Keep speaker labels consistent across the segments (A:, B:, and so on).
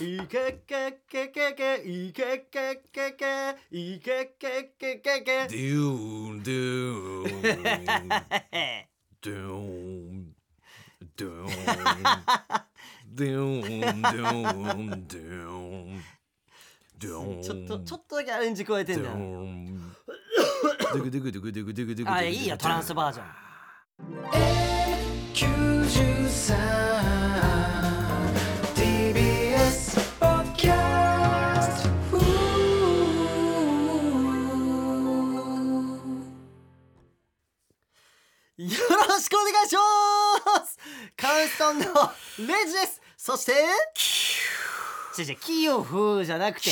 A: いけけけけけいけけけけいけけけけけ
B: デューンデューンデューンデューンデューンデューンデューンデュー ン
A: ちょっとちょっとだけアレンジ加えてん
B: ド
A: だよ
B: ゥンドゥクドゥクドゥクドゥクドゥクドゥクドゥク
A: あいいよトランスバージョンよろしくお願いしますカウンストンのレイジですそして違う違うキヨフーじゃなくて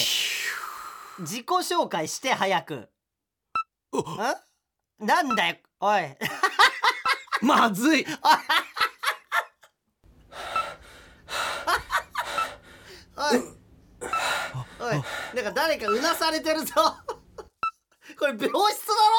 A: 自己紹介して早くんなんだよおい
B: まずい
A: おいおいなんか誰かうなされてるぞ これ病室だろ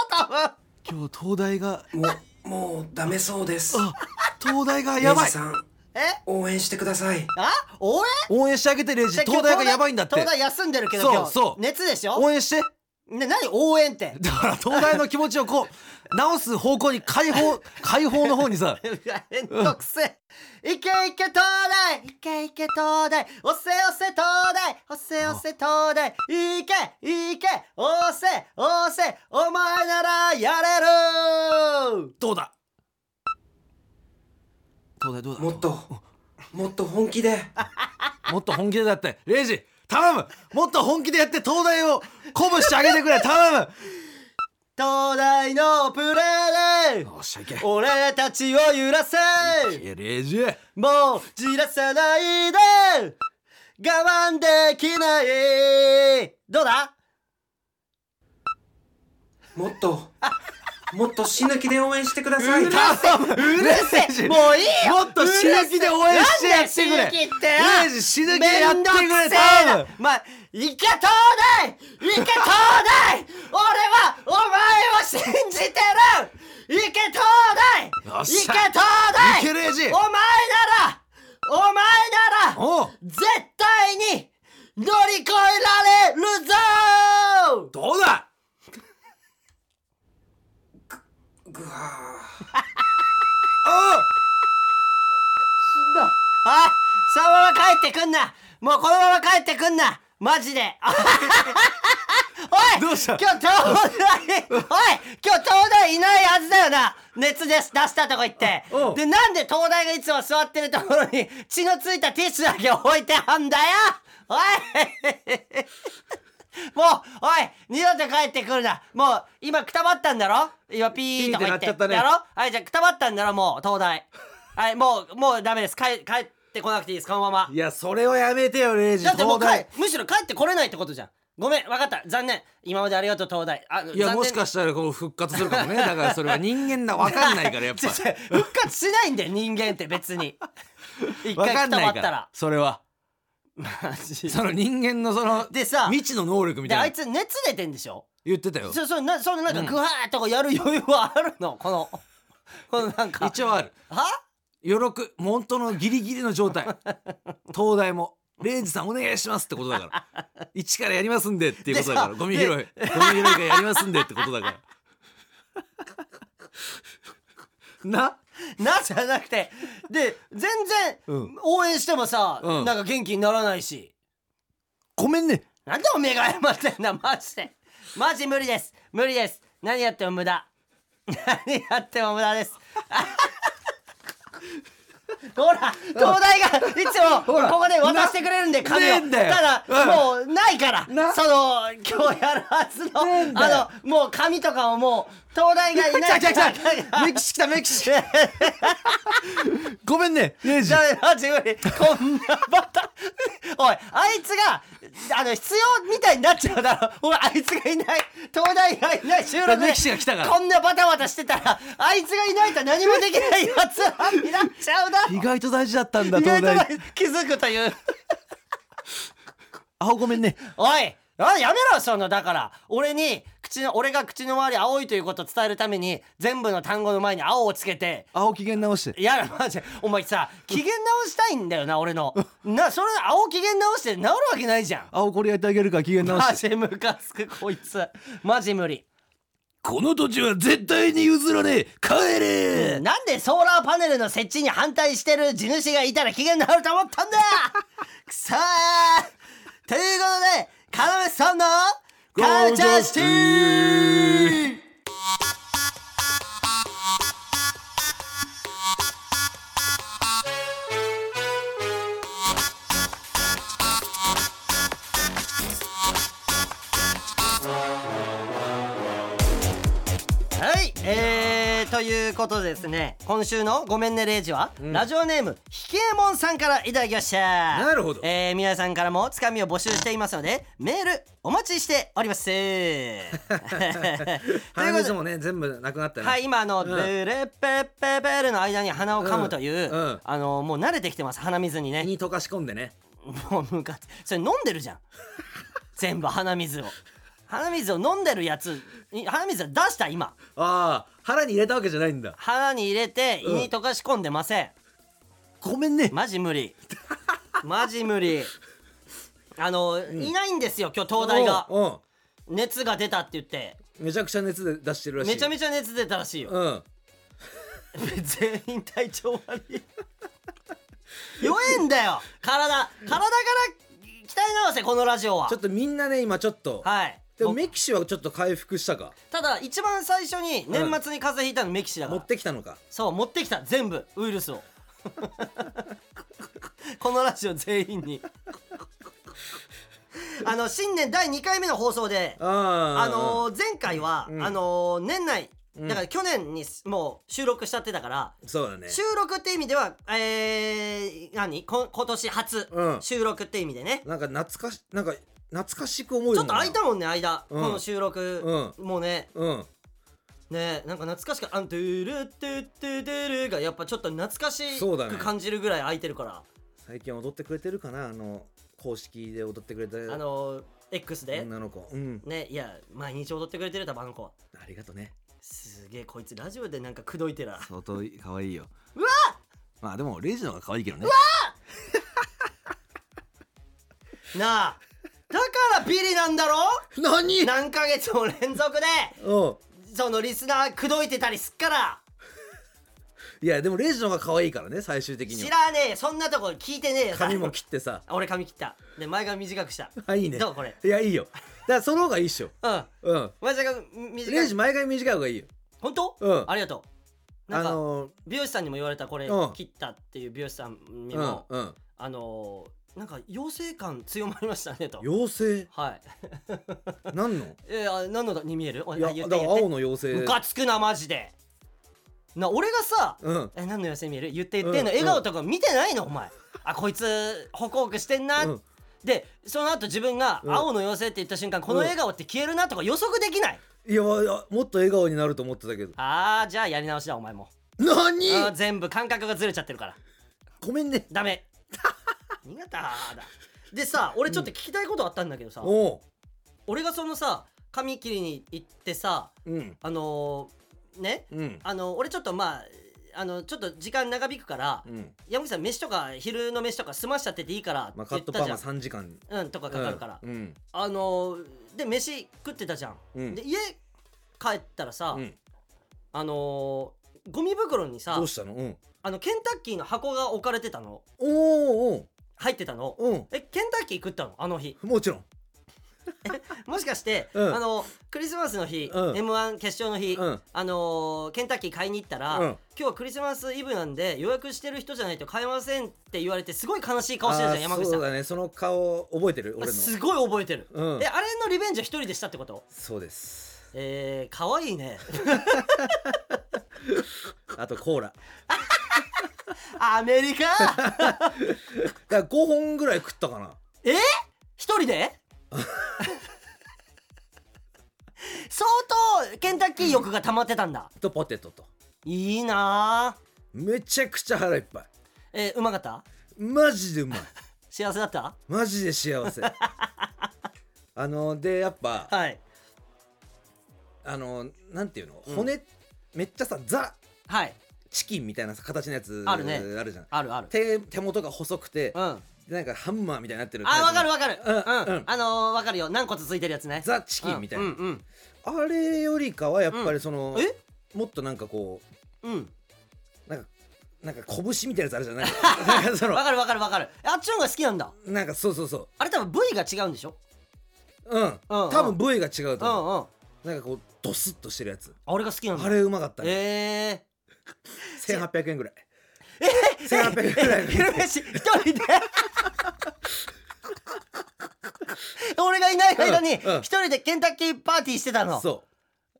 A: 多分
B: 今日東大が
C: もう、もうダメそうです。
B: あ東大が
C: レ
B: や
C: イジ
B: ばい
C: さん、
A: え
C: 応援してください。
A: あ俺
B: 応援してあげてレイジ東大がやばいんだって
A: 東大休んでるけど
B: そう
A: 今日
B: そう
A: 熱でしょ
B: 応援して
A: ね何応援って
B: だから東大の気持ちをこう直す方向に解放解放の方にさ
A: うわめんどくせえ。いけいけ東大いけいけ東大押せ押せ東大押せ押せ東大いけいけ押せ押せお前ならやれる
B: どうだ東大どうだ
C: もっと、もっと本気で。
B: もっと本気でだってレイジ頼むもっと本気でやって東大を鼓舞してあげてくれ頼
A: 東大のプレーで
B: むおっしゃいけ
A: 俺たちを揺らせ
B: いけレイジ
A: もうじらさないで我慢できないどうだ
C: もっと、もっと死ぬ気で応援してください。
B: 頼む
A: うるせえもういいよ
B: もっと死ぬ気で応援してやってくれ
A: なんで死ぬ気って
B: イメージ死ぬ気でやってくれ
A: めんどくせえな
B: 頼む
A: まあ、いけ東大いけ東大俺はお前を信じてるいけ東大
B: よっ
A: いけ
B: し
A: 東
B: ゃ
A: 大
B: いけレイジ
A: お前ならお前なら
B: おう
A: 絶対に乗り越えられるぞ
B: どうだ
C: ぐわ
B: あ
A: あそのまま帰ってくんなもうこのまま帰ってくんなマジで おい
B: どうした
A: 今日東大おい今日東大いないはずだよな熱です出したとこ行って
B: おう
A: でなんで東大がいつも座ってるところに血のついたティッシュだけ置いてあんだよおい もうおい二度と帰ってくるなもう今くたばったんだろ今ピーとか言って
B: ピーってなっちゃったね
A: だろはいじゃあくたばったんだろもう東大はいもうもうダメです帰帰ってこなくていいですこのまま
B: いやそれをやめてよレイジ
A: だってもう
B: 東大
A: 帰むしろ帰ってこれないってことじゃんごめんわかった残念今までありがとう東大あ
B: いやもしかしたらこう復活するかもねだからそれは人間だわかんないか らやっぱ
A: ぱ復活しないんだよ人間って別 に一
B: わか
A: 回
B: ん
A: くた
B: な
A: ば
B: い
A: っ
B: か
A: たら
B: らそれは
A: マジで
B: その人間のその
A: でさ
B: 未知の能力み
A: で
B: た
A: あ
B: い
A: い
B: な
A: つ熱出てんでしょ
B: 言ってたよ
A: そそなそのなんかグワーッとかやる余裕はあるのこのこのなんか
B: 一応ある
A: は
B: 余力本当のギリギリ の状態東大も「レイジさんお願いします」ってことだ から一からやりますんでっていうことだか
A: で
B: ら
A: さ
B: ゴミ拾いゴミ拾いからやりますんでってこと だからな
A: なじゃなくてで全
B: う
A: 然
B: ん
A: 応援してもさ、
B: うん
A: なんか元気にならないし
B: ごめんね
A: なんでおめえが謝ってんだマジでマジ無理です無理です何やっても無駄何やっても無駄です ほら東大がいつも
B: ほら
A: ここで渡してくれるんで
B: な
A: 紙
B: ねえ
A: を
B: んだよ
A: ただ、
B: う
A: もうないからそ
B: な
A: の今日やるはずの
B: ねえんだよ
A: あのもう紙とかをもう東大がい ない
B: 来た来
A: だ
B: た
A: から
B: メキシ来たメキシごめんねレイジ
A: ダメマジ無理こんなバカおいあいつがあの必要みたいになっちゃうだろ俺あいつがいない東大がいない収録で
B: 歴史が来たから
A: こんなバタバタしてたらあいつがいないと何もできないやつらになっちゃうだろ
B: 意外と大事だったんだ
A: 意外
B: 東
A: とな
B: 大
A: い気づくという
B: あごめんね
A: おいあやめろそのだから俺にく口の俺が口の周り青いということを伝えるために全部の単語の前に青をつけて
B: 青機嫌直して
A: いやマジお前さ機嫌直したいんだよな俺のなそれ青機嫌直して治るわけないじゃん
B: 青これやってあげるから機嫌直
A: マ
B: して
A: ジムカつくこいつマジ無理
B: この土地は絶対に譲らねえ帰れ
A: なんでソーラーパネルの設置に反対してる地主がいたら機嫌直ると思ったんだ くそーということで要さんのカルチャーシティはい、えー、ということでですね今週の「ごめんねレイジは」ラジオネームひけもんさんからいただきました
B: なるほど
A: えー、皆さんからもつかみを募集していますのでメールお待ちしております ということ
B: 鼻
A: で
B: 水もね全部なくなったね
A: はい今あの、ブレペペペルの間に鼻を噛むという、
B: うんうん
A: あのもう慣れてきてます鼻水に
B: 胃
A: ね
B: に溶かし込んでね
A: もうムカつそれ飲んで るじゃん全部鼻水を鼻水を飲んでるやつい鼻水を出した今
B: ああ腹に入れたわけじゃないんだ
A: 鼻に入れて胃に溶かし込んでません、
B: ごめんね
A: マジ無 理マジ無理あの、いないんですよ今日東大が
B: うんうん
A: 熱が出たって言って
B: めちゃくちゃ熱で出してるらしい
A: めちゃめちゃ熱出たらしいよ
B: うん、
A: 全員体調悪い弱えんだよ体体から鍛え直せこのラジオは
B: ちょっとみんなね今ちょっと、
A: はい
B: でも
A: 僕
B: メキシはちょっと回復したか
A: ただ一番最初に年末に風邪ひいたのメキシだか
B: 持
A: ら、
B: ってきたのか
A: そう持ってきた全部ウイルス をこのラジオ全員にあの新年第2回目の放送で
B: あ
A: あのー前回は、
B: うん
A: あのー年内
B: うん
A: だから去年にもう収録しちゃってたから、
B: ー、そうだね
A: 収録って意味ではえー、何こ今年初
B: うん
A: 収録って意味でね、
B: なんか懐かしなんか懐かしく思える
A: ちょっと空いた
B: も
A: もんね間、
B: うん
A: この収録、もうね
B: うん
A: ねなんか懐かしく「あんトゥルトゥトゥトゥル」がやっぱちょっと懐かし
B: そうだ
A: く
B: ね
A: 感じるぐらい空いてるから、
B: 最近踊ってくれてるかなあの公式で踊ってくれた
A: あのー X で、
B: 女の子うん
A: ねいや毎日踊ってくれてるたばの子は
B: ありがとね
A: すげえこいつラジオでなんか口説いてら
B: 相当可愛いようまあでもレイジの方が可愛いけどね
A: なあだからビリなんだろ
B: 何
A: 何ヶ月も連続で
B: うん
A: そのリスナー口説いてたりすっから
B: いやでもレイジの方が可愛いからね最終的に
A: 知ら
B: は
A: ねえそんなとこ聞いてねえよ
B: 髪も切ってさ
A: 俺髪切ったで前髪短くした
B: あいいね
A: どうこれ
B: いやいいよだからその方がいいっしょ
A: うん
B: うん
A: 前髪
B: レ
A: 短
B: イジ
A: い
B: 毎回短い方がいいよ
A: 本当、
B: うん
A: ありがとうな
B: あ
A: んか、
B: のー
A: 美容師さんにも言われたこれ、
B: うん
A: 切ったっていう美容師さんに
B: う
A: も、
B: んうん
A: あのーなんか妖精感強まりましたねと
B: 妖
A: はい
B: 精なんの
A: えー、あ何のだに見えるお
B: い
A: い
B: や
A: 言
B: だ
A: って
B: から
A: 言って
B: 青の妖精
A: ムカつくなマジでな俺がさ、
B: うん
A: え何の妖精見える言って言ってんの、
B: うん
A: 笑顔とか見てないのお前あこいつホクホクしてんな、
B: うん
A: でその後自分が「
B: うん
A: 青の妖精」って言った瞬間、この笑顔って消えるなとか予測できない
B: いやいやもっと笑顔になると思ってたけど
A: あーじゃあやり直しだお前もあー
B: 何
A: 全部感覚がずれちゃってるから
B: ごめんね
A: ダ メ新潟だでさ俺ちょっと聞きたいことあったんだけどさ、
B: おう
A: 俺がそのさ髪切りに行ってさ
B: うん
A: あのー、ね
B: うん
A: あの俺ちょっとまああのちょっと時間長引くから、
B: うん
A: 山口さん飯とか昼の飯とか済ましちゃってていいから
B: まあ
A: って
B: カ
A: 言
B: ッ
A: っ
B: トパ
A: た
B: ー
A: じゃ
B: マ
A: ん、
B: 3時間
A: うんとかかかるから、
B: うん
A: あのーで飯食ってたじゃん、
B: うん
A: で家帰ったらさ、
B: うん
A: あのーゴミ袋にさ
B: どうしたのうん
A: あのケンタッキーの箱が置かれてたの
B: おう
A: 入ってたの
B: おううん
A: えケンタッキー食ったのあの日
B: もちろん
A: もしかして、
B: うん
A: あのクリスマスの日、
B: うん
A: m 1決勝の日、
B: うん
A: あのーケンタッキー買いに行ったら、
B: うん
A: 今日はクリスマスイブなんで予約してる人じゃないと買えませんって言われてすごい悲しい顔してるじゃん
B: あ
A: 山
B: ー
A: 口さ
B: そうんだねその顔覚えてる俺の
A: すごい覚えてる、
B: うん
A: えあれのリベンジは一人でしたってこと
B: そうです
A: えー、かわいいね
B: あとコーラ
A: アメリカ
B: だから5本ぐらい食ったかな
A: え一人 で相当ケンタッキー欲が溜まってたんだ
B: とポテトと
A: いいなあ
B: めちゃくちゃ腹いっぱい
A: えうまかった
B: マジでうまい
A: 幸せだった
B: マジで幸せあのでやっぱ
A: はい
B: あのなんていうの
A: うん
B: 骨、めっちゃさザ
A: はい
B: チキンみたいなさ形のやつ
A: あるね
B: あるじゃん
A: あるある
B: 手手元が細くて
A: うんあ
B: なんかハンマーみたいになってる
A: わかるわかる
B: うん
A: うん、
B: うん
A: あのー、わかるよ軟骨ついてるやつね
B: ザチキンみたいな、
A: うんうん
B: あれよりかはやっぱりその、
A: うんえ
B: もっとなんかこ
A: うん
B: うなんかなんか拳みたいなやつあるじゃ んないなんかそ
A: わ
B: の
A: かるわかるわかるあっちの方が好きなんだ
B: なんかそうそうそ
A: あれ多分部位が違うんでしょ
B: ううん、
A: うん
B: 多分部位が違う
A: う
B: と思う、
A: んうん
B: なんかこうドスッとしてるやつ
A: あ俺が好きなんだ
B: あれうまかったね、
A: え
B: 1800円ぐらい
A: え
B: 1800円ぐらいの
A: 昼飯一人で 俺がいない間に
B: うんうん
A: 一人でケンタッキーパーティーしてたの
B: そう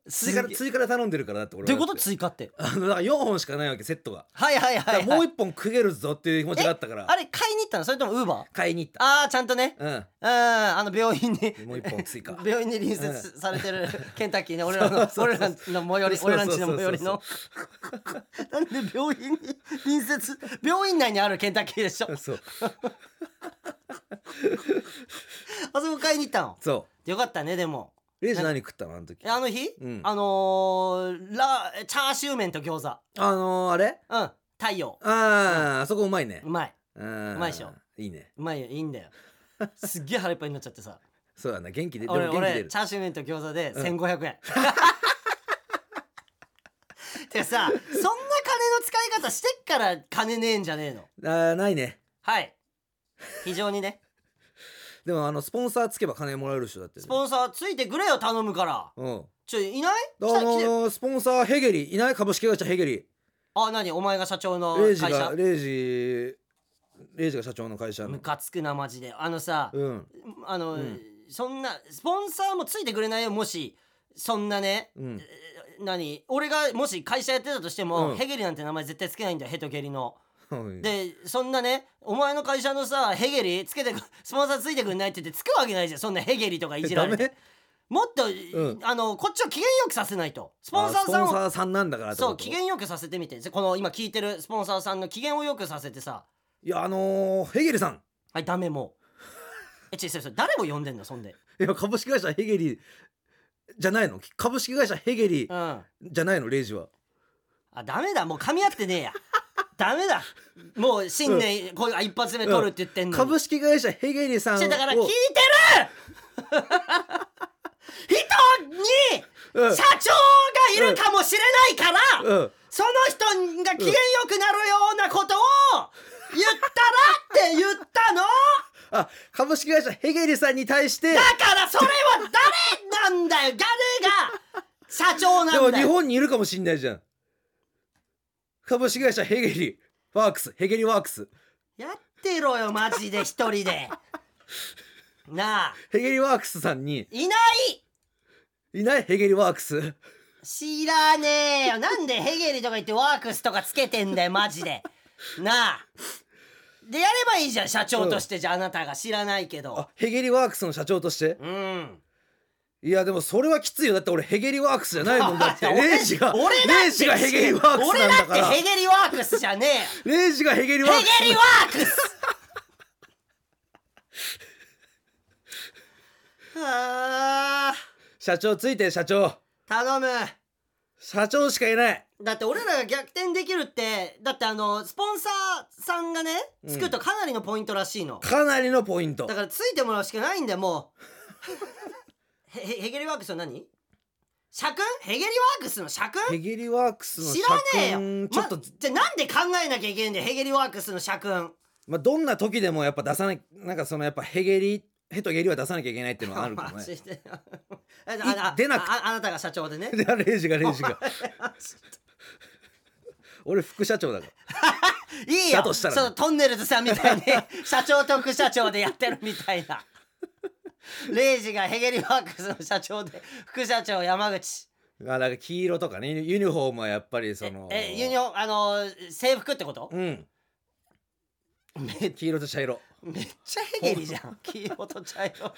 A: す
B: 追
A: げえ
B: 加で追加で頼んでるからだって俺
A: どういうこと
B: だって
A: 追加って
B: あのだから4本しかないわけセットが、
A: はいはいはい、
B: だ
A: はい、
B: からもう1本食えるぞっていう気持ちがあったから
A: あれ買いに行ったのそれともウーバー
B: 買いに行った
A: ああちゃんとね
B: うん
A: うんあの病院に
B: でもう1本追加
A: 病院に隣接されて るケンタッキーね俺らの俺らの最寄り俺らんちの最寄り のなんで病院に隣接病院内にあるケンタッキーで しょ
B: そう
A: あそこ買いに行ったの
B: そ
A: よかったねでも
B: うレイジ何食ったのあの時
A: えあの日、
B: うん
A: あのー、ラチャーシュー麺と餃子
B: あのー、あれ
A: うん太陽
B: あー、あそこうまいね
A: うまい
B: うん
A: うまいでしょ
B: いいね
A: うまいよいいんだよすっげえ腹いっぱいになっちゃってさ
B: そうだな元気ででも
A: 俺
B: 元気出
A: 俺
B: る
A: チャーシュー麺と餃子で1500円、 てかさそんな金の使い方してっから金ねえんじゃねえの
B: あーないね
A: はい非常にね
B: でもあのスポンサーつけば金もらえるでしょだってね、
A: スポンサーついてくれよ頼むから
B: うん
A: ちょいない
B: あ
A: 来た来て
B: のー、スポンサーヘゲリいない株式会社ヘゲリ
A: あ何お前が社長の
B: レ
A: 会
B: イジが
A: 社
B: レイジレイジが社長の会社
A: ム
B: の
A: カつくなマジであのさ、
B: うん
A: あの、
B: うん
A: そんなスポンサーもついてくれないよもしそんなね
B: うん
A: 何俺がもし会社やってたとしても、
B: うん
A: ヘゲリなんて名前絶対つけないんだよヘトゲリの。
B: うん
A: でそんなねお前の会社のさヘゲリつけてくスポンサーついてくんないって言ってつくわけないじゃんそんなヘゲリとかいじられて
B: ダメ
A: もっと、
B: うん
A: あのこっちを機嫌よくさせないとスポンサー
B: あ
A: さん
B: スポン
A: を
B: サーさんなんだからってこ
A: そ
B: と
A: う機嫌よくさせてみてこの今聞いてるスポンサーさんの機嫌をよくさせてさ
B: いやあのー、ヘゲリさん
A: はいダメもうえ違う違う違う誰を呼んでんのそんで
B: いや株式会社ヘゲリじゃないの株式会社ヘゲリ
A: うんあ
B: じゃないのレイジは
A: ダメだもう噛み合ってねえやダメだもう新年、こういう一発目取るって言ってんのに、
B: 株式会社ヘゲリさんを
A: してたから聞い てる人
B: うん
A: に社長がいるかもしれないから、
B: うん
A: その人が機嫌よくなるようなことを言ったらって言ったの
B: あ株式会社ヘゲリさんに対して
A: だからそれは誰なんだよ誰が社長
B: で
A: なん
B: も
A: だ
B: 日
A: よ
B: 本にいるかもしんないじゃん株式会社ヘゲリワークスヘゲリワークス
A: やってろよマジで一人でなあ
B: ヘゲリワークスさんに
A: いない
B: いないヘゲリワークス
A: 知らねえよなんでヘゲリとか言ってワークスとかつけてんだよマジでなあでやればいいじゃん社長としてじゃああなたが知らないけど
B: あヘゲリワークスの社長として
A: うん
B: いやでもそれはきついよだって俺ヘゲリワークスじゃないもんだってレイジ が
A: 俺だって
B: レイジがヘゲリワークス
A: 俺
B: なん
A: だ
B: だ
A: っ
B: か
A: て
B: ら
A: ヘゲリワークスじゃね
B: レイジがヘゲ
A: え
B: リワ
A: よ
B: ー
A: ヘ
B: クス
A: ゲリワークスあー
B: 社長ついて社長
A: 頼む
B: 社長しかいない
A: だって俺らが逆転できるってだってあのスポンサーさんがねつくとかなりのポイントらしいの、
B: かなりのポイント
A: だからついてもらうしかないんだよも うへへヘゲリワークスの何社訓ヘゲリワークスの社
B: ヘ
A: 訓
B: ゲリワークスの
A: 知らねえよ、
B: 社訓ちょ
A: ま
B: っと、ま
A: じゃあなんで考えなきゃいけないんだよヘゲリワークスの社訓
B: あ、どんな時でもやっぱ出さないなんかそのやっぱヘゲリヘとゲリは出さなきゃいけないっていうのはあるから
A: マ
B: ね
A: ジで あああ
B: 出なく
A: ああなたが社長でね
B: でレイジがレ イジが俺副社長だから
A: いいよ
B: だとしたらね
A: そのトンネルズさんみたいに社長と副社長でやってるみたいなレイジがヘゲリワークスの社長で副社長山口
B: あだから黄色とかねユニフォームはやっぱりその
A: えユニオンあの制服ってこと
B: うん
A: め
B: 黄色と茶色
A: めっちゃヘゲリじゃん黄色と茶色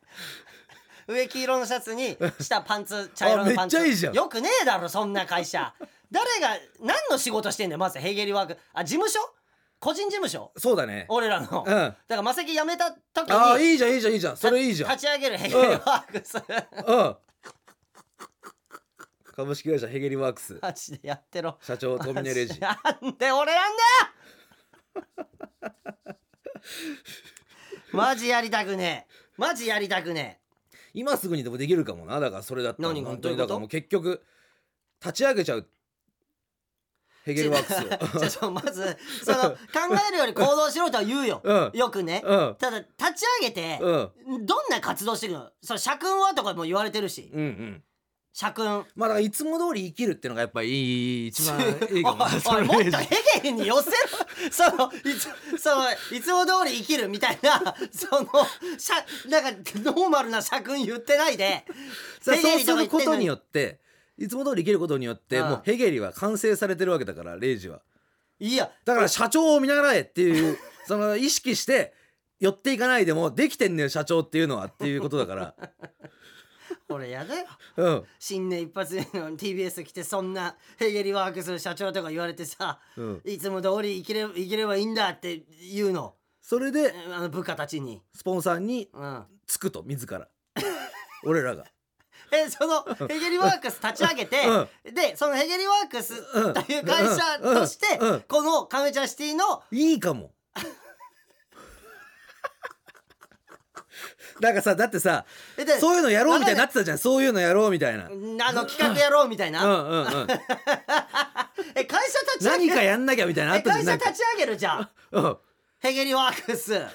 A: 上黄色のシャツに下パンツ茶色のパンツ
B: あめっちゃいいじゃん
A: よくねえだろそんな会社誰が何の仕事してんだよまずヘゲリワークあ事務所個人事務所
B: そうだね
A: 俺らの、
B: うん
A: だ
B: あ
A: からマセキ辞めた時
B: あ
A: に
B: いいじゃんいいじゃんいいじゃんそれいいじゃん
A: 立ち上げるヘゲリワークス、
B: うん株式会社ヘゲリワークス
A: マジでやってろ
B: 社長富峰 レジ
A: なんで俺なんだマジやりたくねえマジやりたくね
B: 今すぐにでもできるかもなだからそれだったら
A: 何が
B: 本当
A: どうい
B: に
A: うこと
B: だからもう結局立ち上げちゃうヘ
A: え
B: ゲルワークスを
A: じ ゃあちょまずその考えるより行動しろとは言うよ、
B: うん
A: よくね、
B: うん
A: ただ立ち上げて、
B: うん
A: どんな活動していくのそれ社訓はとかも言われてるし
B: うんうん
A: 社訓
B: まあだからいつも通り生きるってのがやっぱりいい一番い いかも
A: おいおいもっと
B: な
A: ヘゲルに寄せろ そのいつそのいつも通り生きるみたいな そのしゃなんかノーマルな社訓言ってないで
B: さあそう
A: リ
B: することに
A: よ
B: よっていつも通り生きることによって
A: うん
B: もうヘゲリは完成されてるわけだからレイジはい
A: や
B: だから社長を見習えっていう その意識して寄っていかないでもできてんねん社長っていうのはっていうこと だから
A: 俺やだよ
B: うん
A: 新年一発目の TBS 来てそんなヘゲリワークする社長とか言われてさ
B: うん
A: いつも通り生きれ生きればいいんだって言うの
B: それで
A: あの部下たちに、
B: スポンサーに
A: うん、
B: つくと自ら俺らが
A: えそのヘゲリワークス立ち上げて、でそのヘゲリワークス
B: うん
A: という会社として、
B: うんうん
A: このカムチャシティの
B: いい かもなんかさだってさ
A: えで
B: そういうのやろうみたいになってたじゃんそういうのやろうみたいなうん
A: あの企画やろうみたいな、
B: うんうん
A: え会社立ち上げ
B: 何かやんなきゃみたいなのあ
A: え
B: ったじ
A: 会
B: ゃんな
A: 社
B: んか
A: 立ち上げるじゃん
B: うん
A: ヘゲリワークスね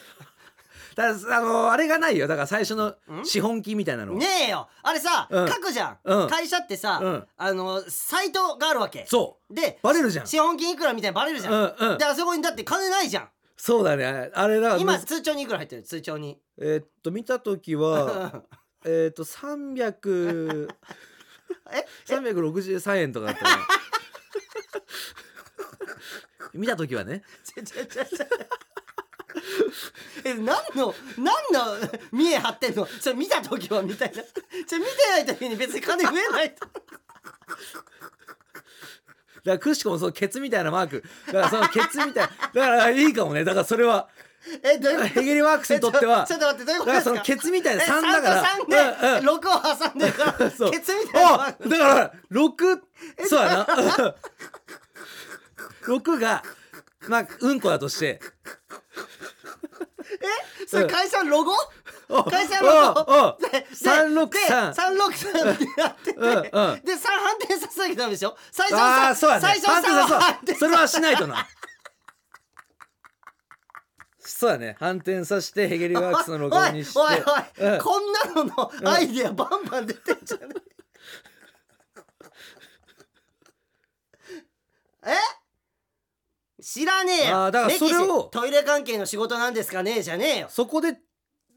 B: だからあのあれがないよだから最初の資本金みたいなのは
A: えよあれさ、
B: うん
A: 書くじゃん、
B: うん
A: 会社ってさ、
B: うん
A: あのサイトがあるわけ
B: そう
A: で
B: バレるじゃん
A: 資本金いくらみたいなのバレるじゃん、
B: うんうん
A: であそこにだって金ないじゃん
B: そうだねあれだ
A: 今
B: 今
A: 通帳にいくら入ってる通帳に
B: えーっと見た時は えーっと300 363円とかだったね 見た時はね
A: ちょちょちょちょ え何の何の見え張ってんのそれ見た時はみたいなじゃ見てない時に別に金増えない と
B: だからくしくもそのケツみたいなマークだからそのケツみたいだからいいかもねだからそれは
A: えどういうこ と
B: ヘゲリワークスにとっては
A: えちょちょっと待ってどういうこと
B: だから
A: です
B: そ
A: か
B: のケツみたい
A: え
B: な3だから
A: 三と3で六を挟んでるからケツ
B: そう
A: みたいなマー
B: あ
A: ク
B: だから6そうやな6がまあうんこだとして
A: それ会社のロゴ
B: お
A: 会社のロゴ
B: おお三六三
A: 三六三ってやってて、
B: うんうん
A: で三反転させなきゃダメでしょ最初の
B: ああそうや
A: 三
B: ね
A: 最初の三は
B: 反
A: 反
B: 転さ
A: 転
B: そうそれはしないとなそうやね反転させてヘゲリワークスのロゴにして
A: おいおいおい、
B: うん
A: こんなののアイディアバンバン出てんじゃねえ、え知らねえよ
B: あーだからそれを
A: 歴史トイレ関係の仕事なんですかねじゃねえよ
B: そこで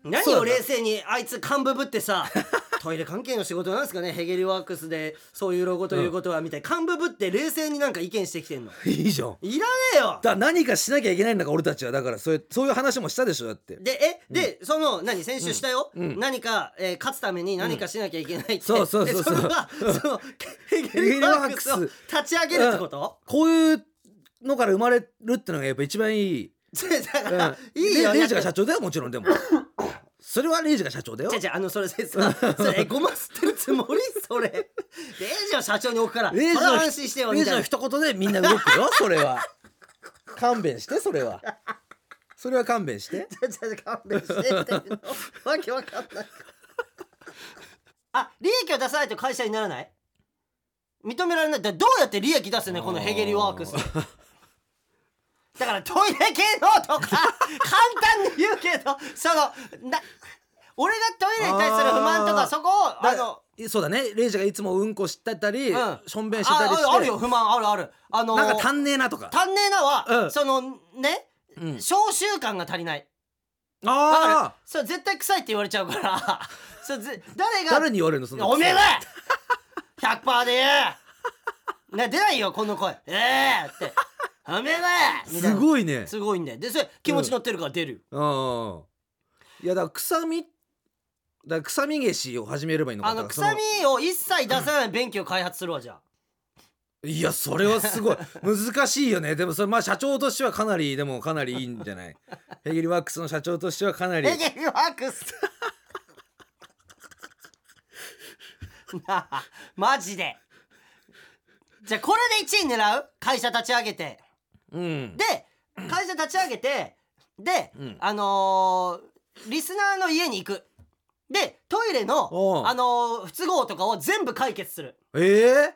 A: 何を冷静にあいつ幹部ぶってさ トイレ関係の仕事なんですかねヘゲリワークスでそういうロゴということはみたいな幹部ぶって冷静になんか意見してきてんの
B: いいじゃんだか
A: いらねえよ
B: ら何かしなきゃいけないんだから俺たちはだからそういうそういう話もしたでしょだって
A: でえで、その何先週したよ、
B: うん
A: 何か、えー勝つために何かしなきゃいけないって、
B: そうそうそうそう
A: でれがそのヘゲルワークスを
B: ヘゲルワーク
A: 立ち上げるってこと、
B: こういうのから生まれるってのがやっぱ一番い い、
A: だ
B: う
A: か
B: ん、
A: ら、いいよ
B: レレイジが社
A: 長
B: 長だよもちろん でもそれはレイジが社長だよ
A: じゃじゃあのそれでさそれえごま吸ってるつもりそれレイジを社長に置くからそ
B: レ
A: れ
B: イジ
A: は
B: の
A: 安心してよ
B: レ
A: み
B: イジ
A: たい
B: の
A: な
B: 一言でみんな動 くよそれは勘弁してそれはそれは勘弁して
A: じゃじゃじゃ勘弁してっていうのわけわかんない あ利益を出さないと会社にならない認められないだからどうやって利益出すねこのヘゲリワークスだからトイレ系のとか簡単に言うけどそのな俺がトイレに対する不満と
B: あ
A: か
B: ー
A: そこをあの
B: のそうだねレイジがいつもうんこしてたり、
A: うん
B: しょんべんしてたりして
A: あああるよ不満あるあるあのー
B: なんか足んねえなとか、
A: 足んねえなは、
B: うん
A: そのね
B: うん、
A: 消臭感が足りないだから
B: ああ
A: それ絶対臭いって言われちゃうから それぜ誰が
B: 誰に言われるのその
A: おめえだ100%で言えね出ないよこの声ええっておめえだみた
B: す
A: いな
B: ごいね
A: すごいんだよでそれ気持ち乗ってるから出るよ、
B: うんいやだから臭みだから臭み消しを始めればいいのか
A: あの
B: だからそ
A: 臭みを一切出さない便器を開発するわじゃあ
B: いやそれはす ごい難しいよねでもそれまあ社長としてはかなりでもかなりいいんじゃない ヘギリワックスの社長としてはかなり
A: ヘゲルワークス なあマジでじゃあこれで1位狙う会社立ち上げて
B: うん
A: で会社立ち上げてで、
B: うん
A: あのーリスナーの家に行くでトイレ
B: お
A: の
B: う、
A: あのー不都合とかを全部解決する
B: えー、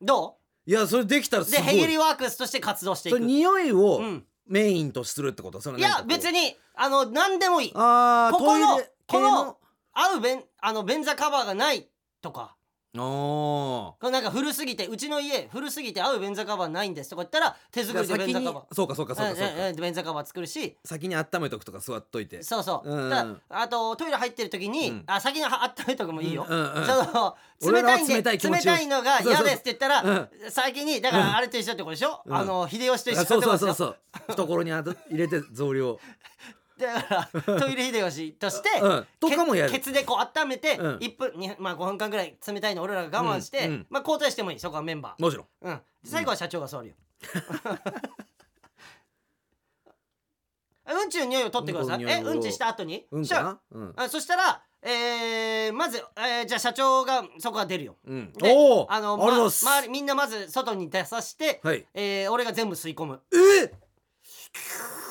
A: ど
B: いやそれできたら
A: う
B: す
A: で
B: ご
A: ヘイリ
B: い
A: ーワークスとして活動してい
B: そ
A: く
B: れ匂いを
A: うん、
B: メインとするってことその
A: い
B: なんか
A: や
B: こう
A: 別にあの何でもいい
B: あー
A: ここの
B: トイレ系
A: こ合う便あの便座カバーがないとか
B: のあ
A: なんか古すぎてうちの家古すぎて合う便座カバーないんですとか言ったら手作
B: ー
A: りで便座
B: 先に
A: カバ
B: そうかそうかそうかそう
A: ーうんう
B: か
A: ん便座カバー作るし
B: 先に温めとくとか座っといて
A: そうそう、
B: うんうん
A: だからあとトイレ入ってる時に、
B: うん
A: あ先にはあっためとかもいいよ、
B: うんうんうん
A: その冷
B: 俺ら
A: た
B: はい
A: んで冷
B: 冷
A: た
B: た
A: い
B: い気持ちを
A: のが嫌ですって言ったら
B: そうそう
A: 先にだからあれと一緒ってことでしょ、
B: うん
A: あの秀吉と一緒
B: あ
A: ってこ
B: そう
A: と
B: そう
A: です
B: そ
A: よ
B: うそう懐にあた入れて増量
A: だからトイレ秀吉として、
B: うんとかもやる
A: ケケツでこう温めて
B: うん
A: 1分、にまあ、5分間ぐらい冷たいの俺らが我慢して、
B: うんうん
A: まあ、交代してもいいそこはメンバー、
B: もちろん
A: うん、最後は社長が座る よ、 うん、ちの匂いを取ってください
B: うんこ
A: え
B: の匂いを
A: うんちした後に
B: うん
A: したら
B: かなうん
A: あそしたら、えーまず、えーじゃあ社長がそこは出るよ。
B: うん
A: で
B: おお
A: あの、ま、
B: ありがとうございま
A: 周りみんなまず外に出さして、
B: すはい
A: えー俺が全部吸い込む。
B: え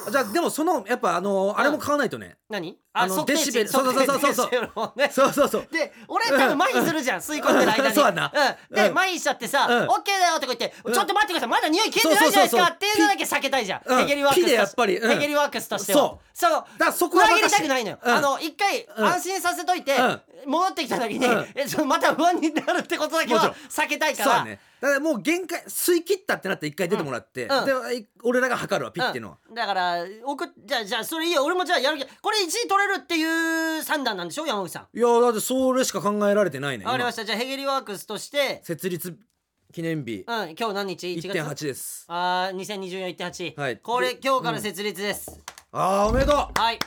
B: ーじゃあでもそのやっぱあのあれも買わないとね
A: 何
B: あの
A: 測定
B: デシベル
A: 値測定値
B: そうそうそうそう
A: デシベルをね
B: そうそうそう
A: で俺多分麻痺するじゃん、吸い込んでる間に
B: そうやな
A: うん、で、
B: うん
A: 麻痺しちゃってさ「
B: うん
A: オッケーだよ」とか言って、
B: ん
A: ちょっと待ってくださいまだ匂い消えてないじゃないですか」
B: そうそうそうそう
A: っていうのだけ避けたいじゃん、
B: うん
A: ヘゲリワークスとし
B: ピでやっぱりうん
A: ヘゲリワークスとしては
B: そう
A: そう
B: だからそこは
A: 裏切
B: 任
A: りた
B: せ
A: く
B: て
A: ないのよ、
B: うん
A: あの一回
B: ん
A: 安心させといて、
B: うん
A: 戻ってきた時に、
B: うん
A: えそのまた不安になるってことだけ
B: もち
A: は
B: ろん
A: 避けたいか
B: そう
A: ら
B: だねだからもう限界吸い切ったってなって一回出てもらって、
A: うん
B: でい俺らが測るわピッていうのは、
A: うんだから送っじゃあじゃあそれいいよ俺もじゃあやるけどこれ1位取れるっていう算段なんでしょ山口さん
B: いやだってそれしか考えられてないね
A: わかりましたたじゃあヘゲリワークスとして、
B: 設立記念日
A: うん、今日何日1月
B: 1.8です
A: あー2024.1.8、
B: はい
A: これ
B: で
A: 今日から設立です、
B: あーおめでと
A: はい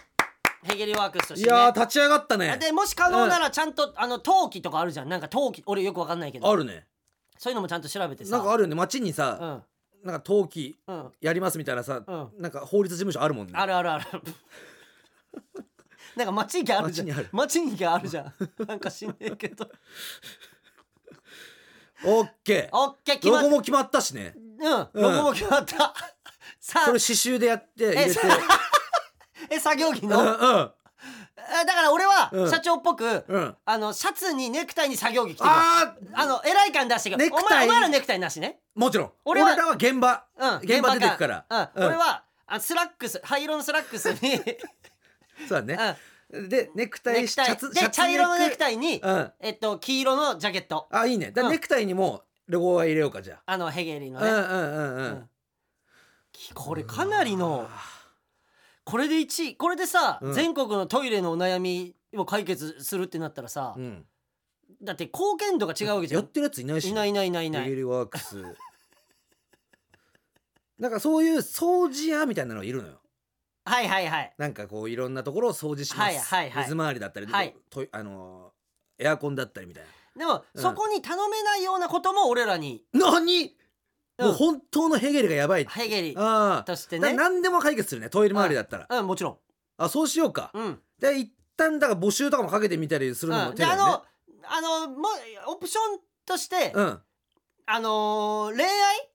A: ヘゲリワークスと
B: う
A: し
B: い
A: て、ね、
B: やー立ち上がったね
A: でもし可能ならちゃんと、あの陶器とかあるじゃんなんか陶器俺よくわかんないけど
B: あるね
A: そういうのもちゃんと調べてさ
B: なんかあるよね街にさ、なんか登記
A: うんうん
B: やりますみたいなさ、
A: う
B: なんか法律事務所あるもんね
A: あるあるある なんか町にあるじゃん
B: 街にある
A: 町にあるじゃんなんか知んねえけど
B: オッケー
A: オッケー決ま
B: ロ
A: っ
B: ゴも決まったしね
A: うんロゴも決ま った、さあ
B: それ刺繍でやって入れて
A: え え作業着
B: うん
A: の
B: うん
A: あだから俺
B: う
A: は
B: ん
A: 社長っぽく、
B: うん
A: あのシャツにネクタイに作業着着てくる
B: あー
A: あの偉い感出してくる
B: ネクタイ
A: お前お前らネクタイなしね
B: もちろん
A: 俺
B: 俺
A: は
B: らは現場、
A: うん
B: 現場出てくから
A: うん俺はあスラックス灰色のスラックスに、うん、
B: そうだね、でネクタイ
A: ネクタ
B: シ
A: イ
B: ャツシ
A: で
B: ャツ
A: 茶色のネクタイに、
B: うん
A: えっと黄色のジャケット
B: あいいねだから
A: うん
B: ネクタイにもロゴは入れようかじゃ
A: あのヘゲリ
B: あ、
A: のね、
B: うんうんうんうん、
A: うんきこれかなりのこれで1位これでさ、
B: うん
A: 全国のトイレのお悩みを解決するってなったらさ、
B: うん、
A: だって貢献度が違うわけじゃ
B: やっ
A: ん
B: てるやついないし
A: いないいないいないいな
B: レ
A: い
B: ゲリワークス なんかそういう掃除屋みたいなのがいるのよ
A: はいはいはい
B: なんかこういろんなところを掃除します、
A: はいはいはい
B: 水回りだったり、
A: はい
B: とあのーエアコンだったりみたい
A: でも、
B: うん
A: そこに頼めないようなことも俺らに、
B: な何、
A: うん
B: もう本当のヘゲルがやばい
A: ヘゲリ
B: ああ
A: として
B: だから
A: ね
B: 何でも解決するねトイレ周りだったら、
A: うんもちろん
B: あそうしようか、
A: うん
B: で一旦だから募集とかもかけてみたりするの
A: う
B: も
A: ん、で
B: 手だ
A: あ
B: よね
A: のあのもうオプションとして、
B: うん
A: あのー 恋愛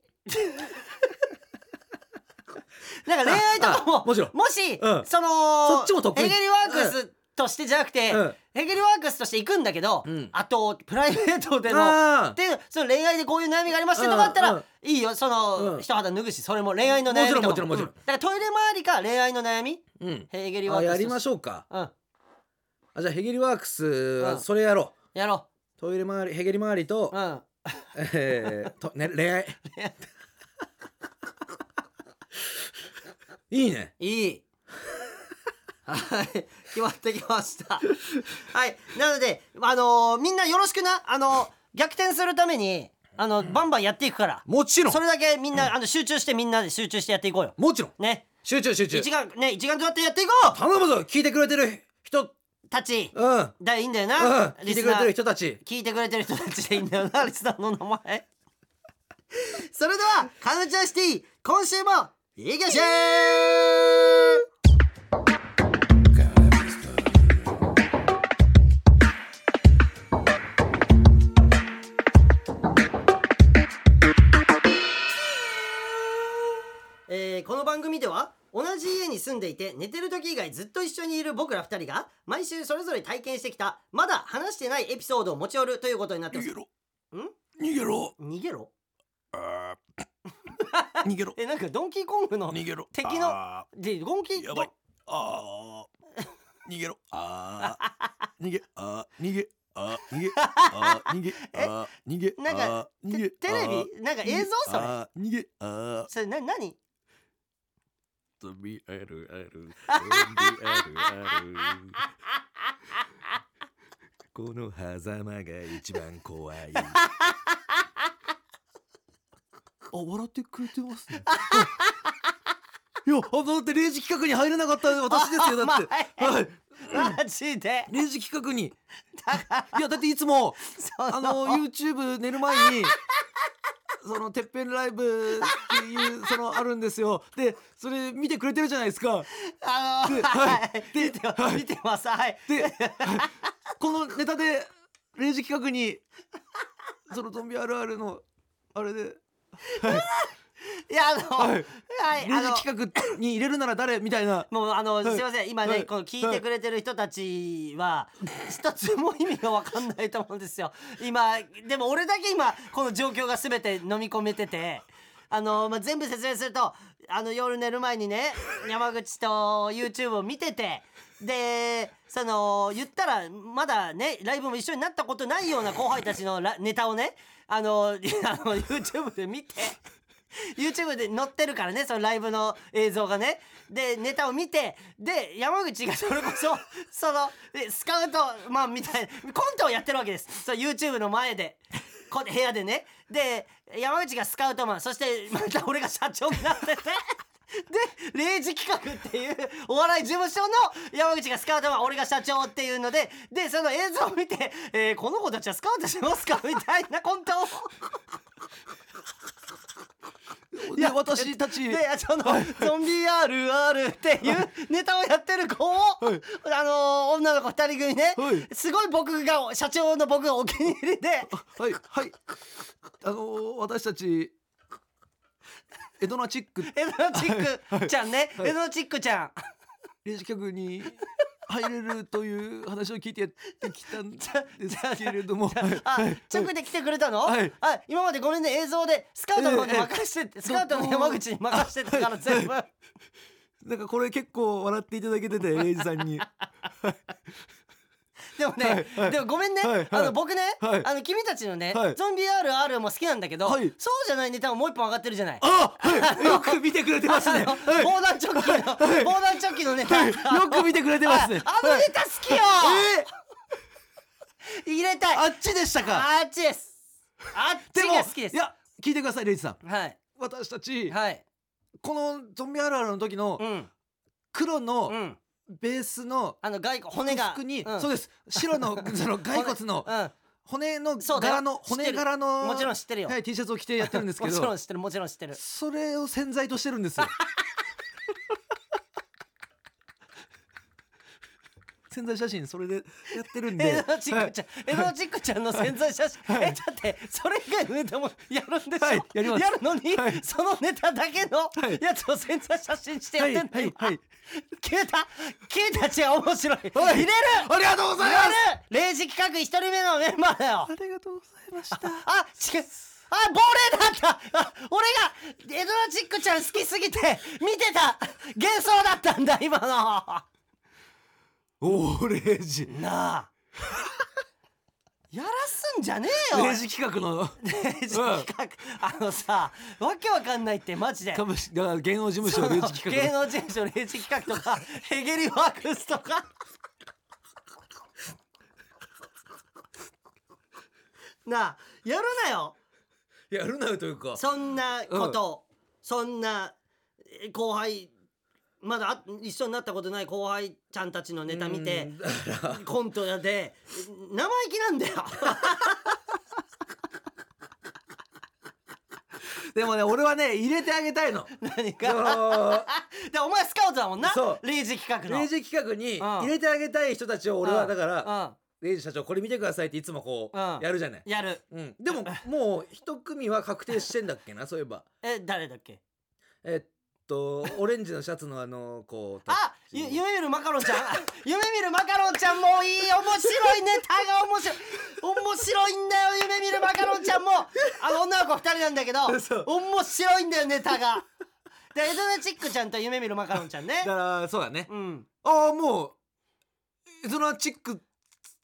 A: なんか恋愛とか
B: あ
A: も
B: もちろん
A: もし、
B: うん
A: その
B: そっちも得意
A: ヘゲリワークスとしてじゃなくて、
B: うん
A: ヘゲリワークスとして行くんだけど、
B: うん
A: あとプライベートでのっ
B: あ
A: ていうその恋愛でこういう悩みがありましたとかあったら、
B: うんうん
A: いいよその、
B: うん
A: 一肌脱ぐしそれも恋愛の悩みとか
B: もちろんもちろんもちろん
A: うだからトイレ周りか恋愛の悩み
B: ーうん
A: ヘゲリワー
B: あ
A: クス
B: やりま
A: し
B: しょうか
A: うん
B: あじゃあヘゲリワークス
A: う
B: は
A: ん
B: それやろ
A: やろ
B: うトイレ周りヘゲリ周りと
A: う、うん
B: えーとね恋愛 いいね
A: いい。 はい、決まってきました。はい、なので、あのーみんなよろしくな、あのー逆転するために、あのバンバンやっていくから。
B: もちろん
A: それだけみんな、あの集中して、みんなで集中してやっていこうよ。
B: もちろん
A: ね、
B: 集中集中
A: 一丸ね、一丸となってやっていこう。
B: 頼むぞ聞いてくれてる人
A: たち、
B: うんうん
A: だいいんだよな。
B: 聞いてくれてる人たち
A: 聞いてくれてる人たちでいいんだよ なリスナーの名前それではカムチャシティ今週もいきましょう住んでいて寝てる時以外ずっと一緒にいる僕ら二人が毎週それぞれ体験してきたまだ話してないエピソードを持ち寄るということになってま
B: 逃
A: す
B: げろ逃げろ
A: 逃げろ
B: あー 逃げろ
A: えなんかドンキーコングの
B: 逃げろ
A: 敵の
B: あ
A: でドンキ
B: ー
A: ー
B: やばい
A: ド
B: あー逃げろあー逃げあー逃げあー逃げあー 逃げあー逃げ
A: なんか
B: あー逃げ
A: テテレビなんか映像それ
B: あー逃げあー
A: それな何
B: とびあるあるとびあるあるこの狭間が一番怖いあ笑ってくれてますねいやあだって0時企画に入れなかった私ですよ だって
A: お前
B: はい
A: マジで
B: 0時企画にいやだっていつも
A: そ
B: あ の YouTube 寝る前にそのてっぺんライブっていうそのあるんですよでそれ見てくれてるじゃないですか
A: あの
B: で
A: はい見
B: で
A: てま
B: はい
A: 見てますはい
B: でこのネタで0時企画にそのゾンビあるあるのあれで
A: いやあのは
B: はいい
A: あ
B: 0
A: の
B: 時企画に入れるなら誰みたいな
A: もうあの
B: い
A: すいません今
B: は
A: ね
B: い
A: この聞いてくれてる人たちは一つも意味が分かんないと思うんですよ今でも俺だけ今この状況が全て飲み込めててあの、まあ、全部説明するとあの夜寝る前にね山口と YouTube を見ててでその言ったらまだねライブも一緒になったことないような後輩たちのラネタをねあの あの YouTube で見て。YouTube で載ってるからねそのライブの映像がねでネタを見てで山口がそれこそ そのえスカウトマンみたいなコントをやってるわけですそう YouTube の前でこ部屋でねで山口がスカウトマンそしてまた俺が社長になってて。で、0時企画っていうお笑い事務所の山口がスカウトマン、俺が社長っていうので、で、その映像を見て、えーこの子たちはスカウトしますかみたいなコントを。
B: で私たち
A: でそのゾンビあるあるっていうネタをやってる子を、あのー女の子二人組ね、
B: はい
A: すごい僕が社長の僕がお気に入りで
B: はいはいあの私たちエドナチック
A: エドナチックちゃんね、
B: はい
A: エドナチックちゃん
B: 0時企画に入れるという話を聞いてやってきたんですけれども
A: あ、直で来てくれたの、
B: はい
A: あ今までごめんね映像でスカウトの方に任してて、スカウトの山口に任してたから全部。
B: なんかこれ結構笑っていただけてて、レイジさん に。
A: でもね、でもごめんね、
B: はいはい
A: あの僕ね、
B: はい
A: あの君たちのね、
B: はい
A: ゾンビ RR も好きなんだけど、
B: はい
A: そうじゃないネタももう一本上がってるじゃない。
B: あ、はい、よく見てくれてます
A: あ
B: ね。
A: の
B: はい、
A: 防弾チョッキの、防弾チョッキのネタ、
B: よく見てくれてますね。
A: ああのネタ好きよ、
B: えー
A: 入れたい
B: あ
A: あ
B: っちでしたか。
A: っちですあっちが好きです
B: いや、聞いてください、レイジさん。
A: はい
B: 私たち、
A: はい
B: このゾンビあるあるの時の
A: うん
B: 黒
A: う
B: の
A: ん
B: ベースの
A: あの骸骨骨が
B: 服に、
A: うん
B: そうです。白の、その骸骨の
A: 骨うん
B: 骨の
A: そうだよ
B: 柄の、
A: 知ってる
B: 骨柄の、
A: もちろん知ってるよ
B: はい、T シャツを着てやってるんです け
A: もちろ
B: ど
A: ん、知ってるもちろん知ってる
B: それを洗剤としてるんですよ。 潜在写真それでやってるんで、
A: エドチックちゃん、エドチックちゃんの潜在写真、え、だって、それ以外のネタもやるんでしょ、
B: はいやります
A: るのに、そのネタだけのやつを潜在写真してやってんのよ、
B: はいはいはい
A: 消えた消えたちは面白い入れる
B: ありがとうございます
A: 入れる0時企画一人目のメンバーだよ
B: ありがとうございました。
A: あ、違う。あ、亡霊だったあ俺が、エドラチックちゃん好きすぎて、見てた幻想だったんだ、今のな
B: おおレイ ジ。
A: あ。やらすんじゃねえよ
B: レイジ企画の
A: レジ企画、あのさ、わけわかんないって、マジで。
B: 株式 だから芸能事務所
A: そ
B: の
A: の
B: レ
A: 芸
B: イジ企画の
A: 能事務所レジ企画とか、ヘゲリワークスとか。なあ、やるなよ
D: やるなよというか
A: そんなことを、そんなえー後輩まだあ一緒になったことない後輩ちゃんたちのネタ見てコントやでえ生意気なんだよ
D: でもね俺はね入れてあげたいの
A: 何
D: そ
A: か
D: の
A: でお前スカウトだもんな
D: そう
A: 0時企画の
D: レイジ企画に
A: ん
D: 入れてあげたい人たちを俺はだから
A: ら
D: レイジ社長これ見てくださいっていつもこ
A: うん
D: うやるじゃない
A: やる
D: うんで ももう一組は確定してんだっけなそういえば
A: え誰だっけ
D: えっ
B: とオレンジのシャツのあのこう
A: あゆ夢見るマカロンちゃん 夢見るマカロンちゃんもういい面白いネタが面白い面白いんだよ夢見るマカロンちゃんもあの女の子2人なんだ けど
B: そう
A: 面白いんだよネタがでエドナチックちゃんと夢見るマカロンちゃんね
B: だからそうだね
A: うん
B: ああもうエゾナチック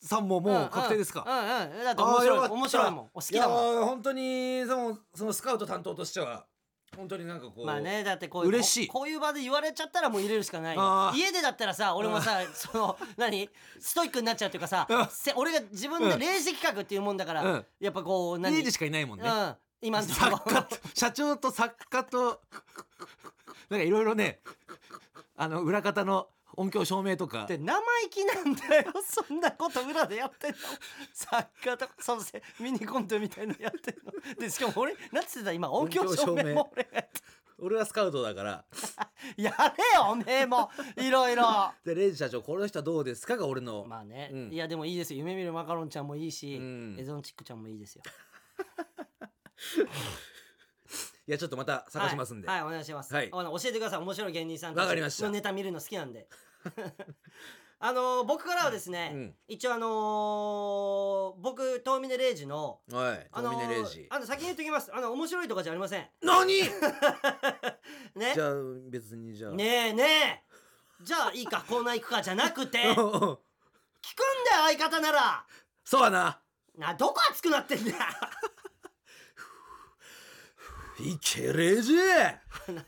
B: さんももう確定ですか
A: うんうんうんだって面白
B: あーよか
A: い
B: った
A: 面白いもんお好きだもん
B: いやー本当にそのそのスカウト担当としては本当になんかこう、
A: まあねだってこういう
B: 嬉しい
A: ここういう場で言われちゃったらもう入れるしかないよ
B: あー
A: 家でだったらさ俺も さその何ストイックになっちゃうっていうかさ
B: うん
A: せ俺が自分で零時企画っていうもんだから、
B: うん
A: やっぱこう何
B: 家でしかいないもんね、
A: うん今のと
B: 作
A: ころ
B: 家と社長と作家と なんかいろいろねあの裏方の音響照明とか
A: って 生意気なんだよそんなこと裏でやってんの作家とかそのせミニコントみたいなのやってんのでしかも俺なんつってた今音響照明も俺がやって
B: 俺はスカウトだから
A: やれよおめえもいろいろ
B: でレイジ社長この人はどうですかが俺の、
A: まあね、
B: うん
A: いやでもいいですよ夢見るマカロンちゃんもいいし、
B: うん
A: エゾンチックちゃんもいいですよ
B: いやちょっとまた探しますんで、
A: はい、はいお願いします、
B: はい
A: あの教えてください面白い芸人さんたち
B: わかりました
A: のネタ見るの好きなんで あのー僕からはですね、
B: うん
A: 一応あのー僕遠峰レイジの
B: はい
A: あ
B: ト
A: の
B: ミネレイ
A: ー
B: ジ、
A: あの先に言っておきますあの面白いとかじゃありません
B: 何
A: ね
B: じゃあ別にじゃあ
A: ねえねえじゃあいいかコーナー行くかじゃなくて聞
B: う
A: くん
B: んうん
A: だよ相方なら
B: そうだな
A: などこ熱くなってんだ よ
B: いけレイジ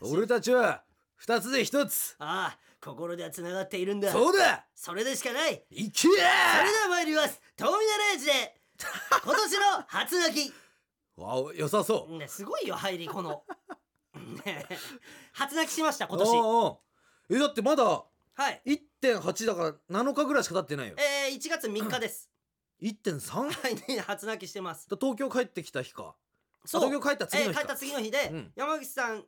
B: 俺たちは二つで一つ
A: ああ心ではつながっているんだ
B: そうだ
A: それでしかない
B: い
A: そ
B: け
A: れでは参ります遠峰レイジで今年の初書き
B: わお良さそう
A: ね、すごいよ入りこの、ね、初泣きしました今
B: お
A: 年
B: うおうえだってまだ
A: はい
B: 1.8だから7日ぐらいしか経ってないよ
A: えー、1月3日です
B: 1.3?
A: はいね初泣きしてます
B: 東京帰ってきた日か
A: そう
B: 東京帰った次
A: え
B: の
A: ー
B: 日
A: 帰
B: か
A: った次の日で、
B: うん
A: 山口さん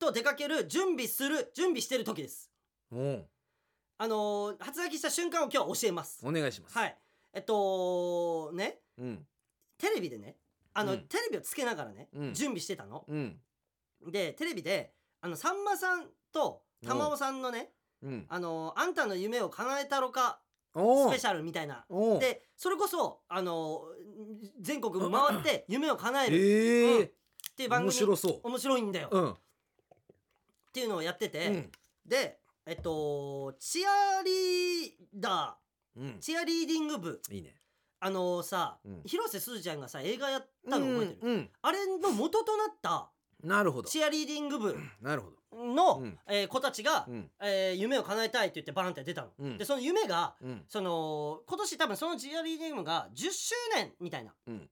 A: と出かける準備する準備してる時です
B: うん
A: あのー、初泣きした瞬間を今日は教えます
B: お願いします
A: はいえっとね
B: うん
A: テレビでねあの、
B: うん
A: テレビをつけながらね、
B: うん
A: 準備してたの
B: うん
A: でテレビであのさんまさんと玉尾さんのね、
B: うん
A: あのーあんたの夢を叶えたろか
B: お
A: ス
B: う
A: ペシャルみたいな
B: おう
A: でそれこそあの全国回って夢を叶える
B: ええ
A: っていう番組
B: 面白そ
A: 面白いんだよ、
B: う
A: っ
B: うん
A: ていうのをやってて、
B: うん
A: でえっとチアリーダ
B: うん
A: ーチアリーディング部
B: いいね
A: あのさ、
B: うん
A: 広瀬すずちゃんがさ映画やったの覚えてる、
B: うんうん
A: あれの元となった
B: なるほど
A: チアリーディング部
B: なるほど
A: の、
B: うん
A: えー子たちが、
B: うん
A: えー夢を叶えたいって言ってバーンって出たの、
B: うん
A: でその夢が
B: うん
A: その今年多分その GRDM が10周年みたいな、
B: うん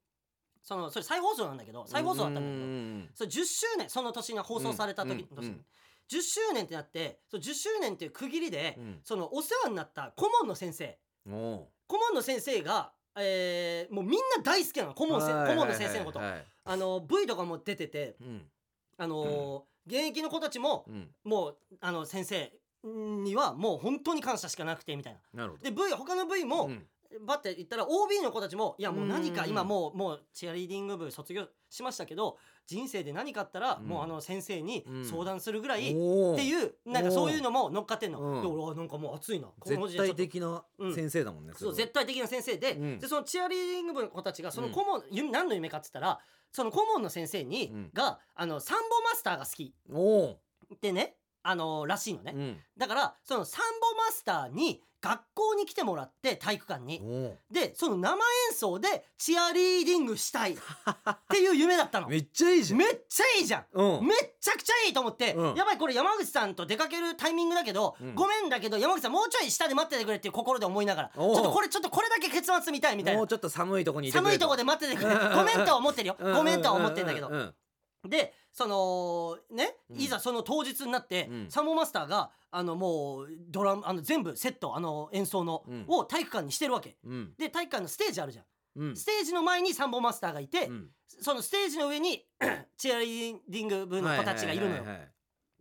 A: そのそれ再放送なんだけど再放送だったんだけど、
B: うん
A: それ10周年その年が放送された時、
B: うんうんうん
A: 10周年ってなってその10周年っていう区切りで、
B: うん
A: そのお世話になった顧問の先生
B: おう
A: 顧問の先生が、えーもうみんな大好きなの顧問せ
B: はい
A: 顧問の先生のこと、
B: はいはいはい
A: あの V とかも出てて
B: うん
A: あのー現役の子たちも、
B: うん
A: もうあの先生にはもう本当に感謝しかなくてみたいな。
B: なるほど
A: で V 他の V も、
B: うん
A: バッて言ったら OB の子たちも「いやもう何か
B: うん
A: 今もうもうチアリーディング部卒業しましたけど人生で何かあったら
B: うん
A: もうあの先生に
B: うん
A: 相談するぐらい」っ
B: おう
A: ていうなんか
B: おー
A: そういうのも乗っかってんの。
B: うん
A: で俺はなんかもう熱いなこの
B: 絶
A: 時代ちょ
B: 対
A: っと
B: 的な先生だもんね
A: そう
B: れは
A: 絶対的な先生で,、
B: うん
A: でそのチアリーディング部の子たちがその
B: うん
A: 顧問、ゆ何の夢かっつったらその顧問の先生に、
B: うん
A: があのサンボマスターが好き
B: おう
A: ってねあのらしいのね、
B: うん
A: だからそのサンボマスターに学校に来てもらって体育館に。
B: おう
A: でその生演奏でチアリーディング したいっていう夢だったのめ
B: め
A: っ
B: っちゃいいじゃん
A: ちゃいいじゃん
B: うん
A: めっちゃくちゃいいと思って、
B: うん
A: やばいこれ山口さんと出かけるタイミングだけど、
B: うん
A: ごめんだけど山口さんもうちょい下で待っててくれっていう心で思いながらち
B: お
A: ょ
B: う
A: っとこれちょっとこれだけ結末見たいみたい
B: も
A: な
B: うちょっと寒いとこにいてくれ
A: 寒いとこで待ってて くれごめんとは思ってるよ
B: うん
A: ごめんとは思ってんだけど
B: うんうん
A: でそのね
B: うん
A: いざその当日になって、
B: うん
A: サンボマスターがあのもうドラムあの全部セットあの演奏の、
B: うん
A: を体育館にしてるわけ
B: うん
A: で体育館のステージあるじゃん
B: うん
A: ステージの前にサンボマスターがいて、
B: うん
A: そのステージの上に チアリーディング部の子たちがいるのよ
B: ははは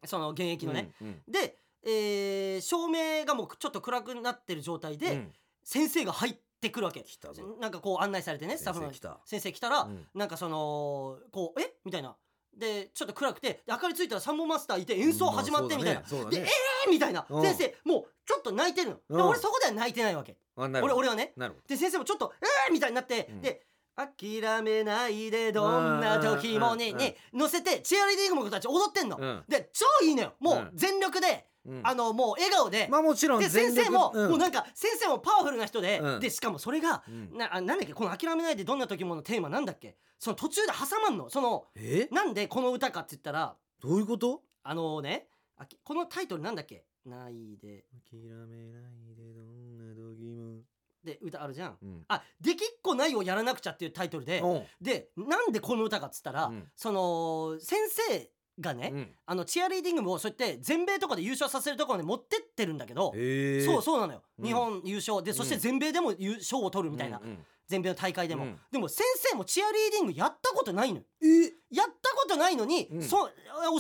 A: その現役のね。
B: うんうん
A: で、えー照明がもうちょっと暗くなってる状態で、
B: うん
A: 先生が入ってくるわけ
B: 来たぞ
A: なんかこう案内されてねスタッフの
B: 先生来た
A: 先生来たら、
B: うん
A: なんかそのこう「えみたいな。でちょっと暗くてで明かりついたらサンボマスターいて演奏始まってみたいな、
B: そうだ
A: で
B: ねそうだね
A: えーみたいな
B: うん
A: 先生もうちょっと泣いてるの、
B: うん
A: で俺そこでは泣いてないわけ
B: あなるほ
A: 俺
B: ど
A: 俺はね
B: なるほ
A: で先生もちょっと「えー!」みたいになって、
B: うん
A: で「諦めないでどんな時もね」
B: うん
A: に乗せてチアリーディングの子たち踊ってんの、
B: どうん
A: で超いいのよも
B: う
A: うん全力で、
B: うん
A: あのもう笑顔で、
B: まあもちろん
A: で先生も、も
B: 全力う
A: うんなんか先生もパワフルな人で、
B: うん
A: でしかもそれが、
B: うん
A: なあなんだっけこの「諦めないでどんな時も」のテーマなんだっけその途中で挟まんのその
B: え
A: なんでこの歌かって言ったら
B: どういうこと
A: あのねあきこのタイトルなんだっけないで
B: 諦めないでどんな時も
A: で歌あるじゃん
B: うん
A: あできっこないをやらなくちゃっていうタイトルで
B: うん
A: でなんでこの歌かっつったら、
B: うん
A: その先生がね、
B: うん
A: あのチアリーディング部をそうやって全米とかで優勝させるところまで持ってってるんだけど、
B: へえ
A: そうそうなのよ、
B: うん
A: 日本優勝でそして全米でも優勝を取るみたいな、
B: うんうん
A: 全米の大会でも、
B: うん
A: でも先生もチアリーディングやったことないのよ
B: え
A: やったことないのに、
B: うん
A: そう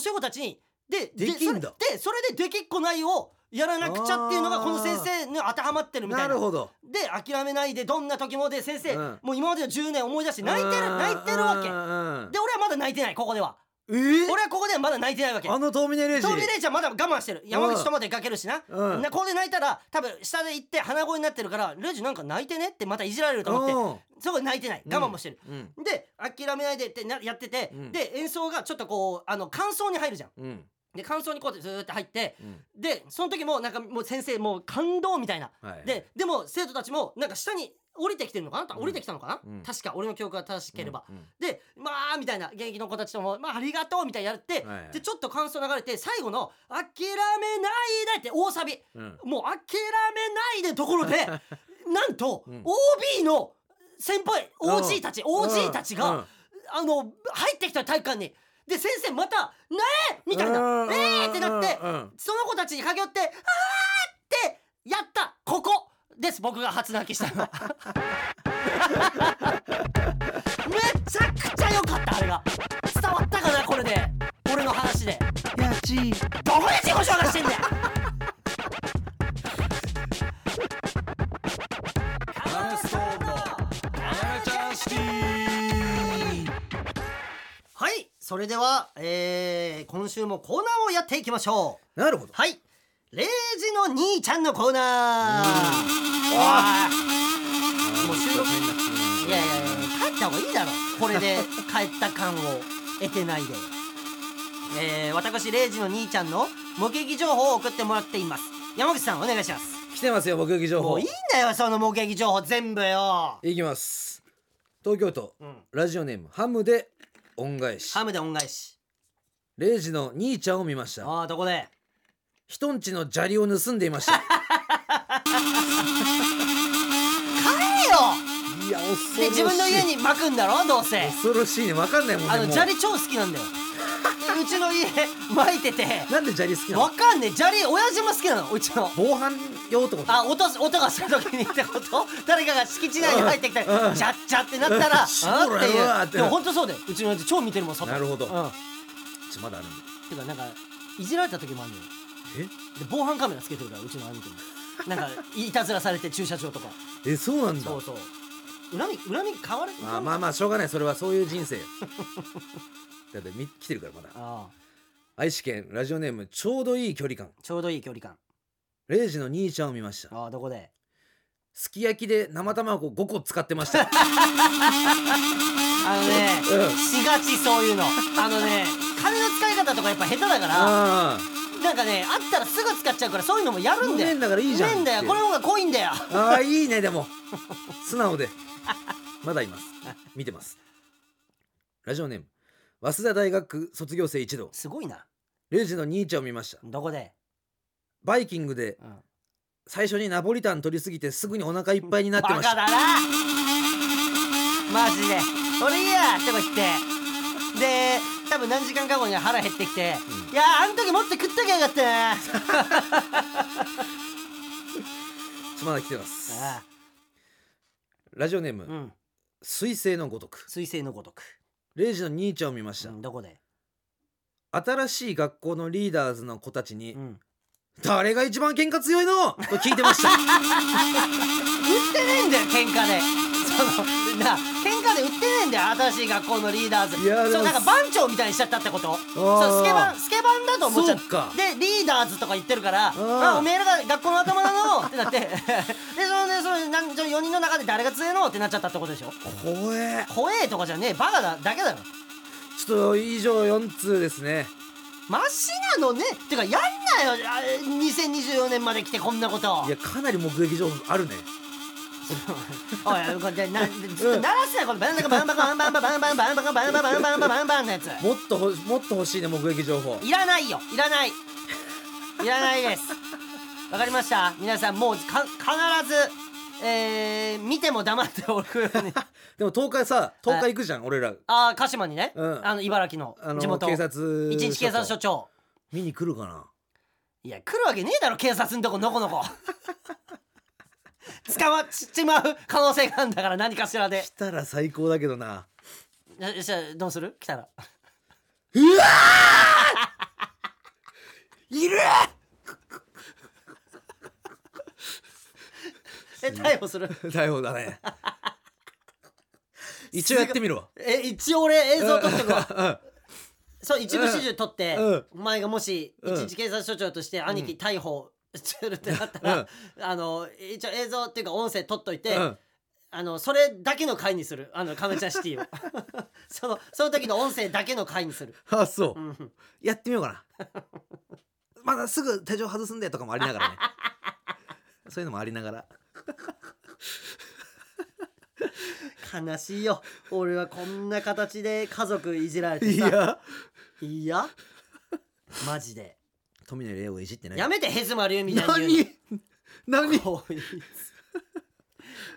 A: 教え子たちにで
B: できんだ
A: それでそれでできっこないをやらなくちゃっていうのが
B: あー
A: この先生に当てはまってるみた
B: ない
A: な
B: るほど
A: で諦めないでどんな時もで先生、
B: うん
A: もう今までの10年思い出して泣いてる泣いてるわけで俺はまだ泣いてないここでは
B: けえ
A: 俺はここではまだ泣いてないわけ
B: あのトーミネレージ
A: トミレイちゃんまだ我慢してる山口とまでかけるしな、
B: うん
A: なここで泣いたら多分下で行って鼻声になってるからレイジなんか泣いてねってまたいじられると思ってそこで泣いてない我慢もしてる、
B: うん
A: で諦めないでってなやってて、
B: うん
A: で演奏がちょっとこうあの感想に入るじゃん
B: うんうん
A: で感想にこうやってずーって入って
B: うん
A: でその時もなんかもう先生もう感動みたいな、
B: はい
A: ででも生徒たちもなんか下に降りてきてるのかな、
B: うん
A: 降りてきたのかな、
B: うん
A: 確か俺の記憶が正しければ、
B: うんうん
A: でまあみたいな現役の子たちとも「まあ、ありがとう」みたいなやって、
B: はいはい
A: でちょっと感想流れて最後の「諦めないで」って大サビ
B: うん
A: もう諦めないでとこ ろでなんと、
B: うん
A: OB の先輩 OG たち OG たちが、
B: うん
A: あの入ってきた体育館にで先生また「ねえ!」みたいな「
B: うん
A: えー!」ってなって
B: うんうん
A: その子たちに駆け寄って「あー!」ってやったここです僕が初泣きしたの はめちゃくちゃ良かったあれが伝わったかなこれで俺の話で
B: やち
A: どこで自己紹介してんだよカウントストーンのはい、それでは、えー、今週もコーナーをやっていきましょう。
B: なるほど
A: はい、レイジの兄ちゃんのコーナー。もう収録いやいやいや、帰った方がいいだろ。これで帰った感を得てないで。えー、私レイジの兄ちゃんの目撃情報を送ってもらっています。山口さんお願いします。
B: 来てますよ目撃情
A: も
B: 報
A: ういいんだよその目撃情報全部よ。
B: いきます東京都
A: うん。
B: ラジオネームハムで恩返し
A: ハムで恩返し。
B: レイジの兄ちゃんを見ました
A: ああどこで。
B: 人んちの砂利を盗んで いました
A: 帰れよ。
B: いや恐
A: で自分の家に巻くんだろどうせ。
B: 恐ろしいねわかんないもんね
A: あの
B: もう
A: 砂利超好きなんだようちの家巻いてて
B: なんで砂利好きな
A: わ
B: の
A: かんねえ砂利親父も好きなのうちの
B: 防犯用ってこと
A: あ音す音がする時にってこと誰かが敷地内に入ってきたり
B: うんうん
A: ジャッジャってなったらあ
B: そうだよ
A: ーっ
B: わーって
A: いうでも本当そうだようちの親父超見てるもん外
B: なるほど
A: うん
B: ちょまだあるんだ
A: てかなんかいじられた時もあるのよで防犯カメラつけてるからうちの兄貴もなんかいたずらされて駐車場とか
B: ええそうなんだ
A: そうそう恨み恨み買われ
B: まあまあまあしょうがないそれはそういう人生だってみ来てるからまだ
A: あ
B: 愛知県ラジオネームちょうどいい距離感
A: ーちょうどいい距離感
B: レイジの兄ちゃんを見ました
A: ああどこです
B: き焼きで生卵5個使ってました
A: あのね、
B: うん
A: しがちそういうの。あのね、金の使い方とかやっぱ下手だから、
B: あ
A: なんかね、あったらすぐ使っちゃうからそういうのもやるんだよ。
B: うめえんだからいいじゃん
A: うめえだよ。
B: って
A: これの方が濃いんだよ。
B: あああいいねでも素直でまだいます見てますラジオネーム早稲田大学卒業生一同
A: すごいな。
B: レイジの兄ちゃんを見ました
A: どこで、
B: バイキングで
A: うん、
B: 最初にナポリタン取りすぎてすぐにお腹いっぱいにな
A: バ
B: って
A: カ
B: ました
A: だなマジで。俺いいやってこ言って。で、多分何時間か後には腹減ってきて、
B: うん
A: いやーあの時もっと食っときゃよかったなあ
B: ちょまだ来てます
A: あ
B: ラジオネーム、
A: うん
B: 彗星のごとく
A: 彗星のごとく、
B: レイジの兄ちゃんを見まし
A: う
B: た、
A: ん、どこで、
B: 新しい学校のリーダーズの子たちに、
A: うん、
B: 誰 が一番喧嘩強いのと聞いてました
A: 売ってねえんだよ喧嘩でのな喧嘩で売ってねえんだよ新しい学校のリーダーズ
B: いやで
A: そ
B: も
A: うなんか番長みたいにしちゃったってことそうスケバンスケバンだと思っちゃっ
B: そうか
A: でリーダーズとか言ってるから
B: ー
A: あおめえらが学校の頭なのってなってでそのねそのなんその4人の中で誰が強えのってなっちゃったってことでしょ
B: 怖え
A: 怖えとかじゃねえバカだだけだろ
B: ちょっと以上4通ですね
A: マシなのねてかやんなよあ2024年まで来てこんなこと
B: いやかなり目撃情報あるね
A: おいこれでなずっと鳴らすなこのバンバンバンバンバンバンバンバンバンバンバンバンバンバンバンバンバンバンのやつ
B: もっとほもっと欲しいね目撃情報
A: いらないよいらないいらないですわかりました皆さんもうか必ずえー、見ても黙っておくよ うに
B: でも10日さ10日行くじゃん、俺ら
A: あー鹿島にね、
B: うん
A: あの茨城の
B: あの
A: 地元
B: 警察
A: 一日警察署長
B: 見に来るかない
A: や来るわけねえだろ警察んとこのこのこ 捕まっちまう可能性があるんだから何かし らで
B: 来たら最高だけどな
A: えじゃあどうする来たら
B: いる
A: え逮捕する
B: 逮捕だね一応やってみるわ
A: え一応俺映像撮ってこう
B: うん
A: そう一部始終撮って、
B: うん
A: お前がもし
B: うん
A: 一日警察署長として兄貴逮捕するってなったら、あの一応映像っていうか音声撮っといて、
B: うん
A: あのそれだけの回にするあのカムチャシティを そのその時の音声だけの回にする、
B: あそう、
A: うん
B: やってみようかなまだすぐ手錠外すんでとかもありながらね そういうのもありながら
A: 悲しいよ俺はこんな形で家族いじられてさ
B: いや
A: いやマジで
B: 富永玲をいじってない
A: やめてヘズマリュウみたいに言うの
B: 何何
A: こいつ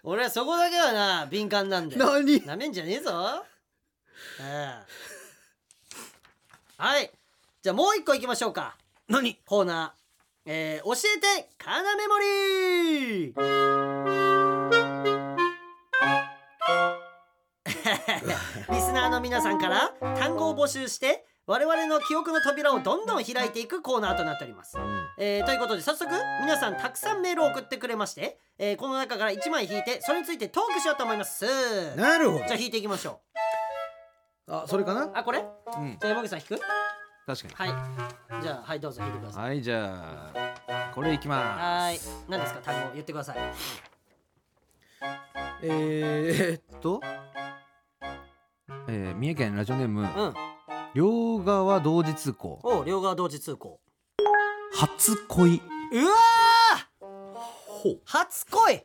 A: 俺はそこだけはな敏感なんだよ
B: 何
A: なめんじゃねえぞうんはいじゃあもう一個いきましょうか
B: 何
A: コーナーえー、教えてカナメモリーリスナーの皆さんから単語を募集して我々の記憶の扉をどんどん開いていくコーナーとなっておりますえーということで早速皆さんたくさんメールを送ってくれまして、えーこの中から1枚引いてそれについてトークしようと思いますじゃ
B: なるほど
A: あ引いていきましょ
B: あそれか
A: う
B: な
A: あこれ
B: うん
A: じゃあ山口さん引く
E: 確かに
A: はいじゃあはいどうぞ引いてください
E: はいじゃあこれいき
A: は
E: ま
A: ーい
E: す
A: 何ですか単語言ってください
B: えー、っと
E: えー三重県ラジオネーム、
A: うん
E: 両側同時通行
A: おう両側同時通行
E: 初恋
A: うわ
B: ほう
A: ー初恋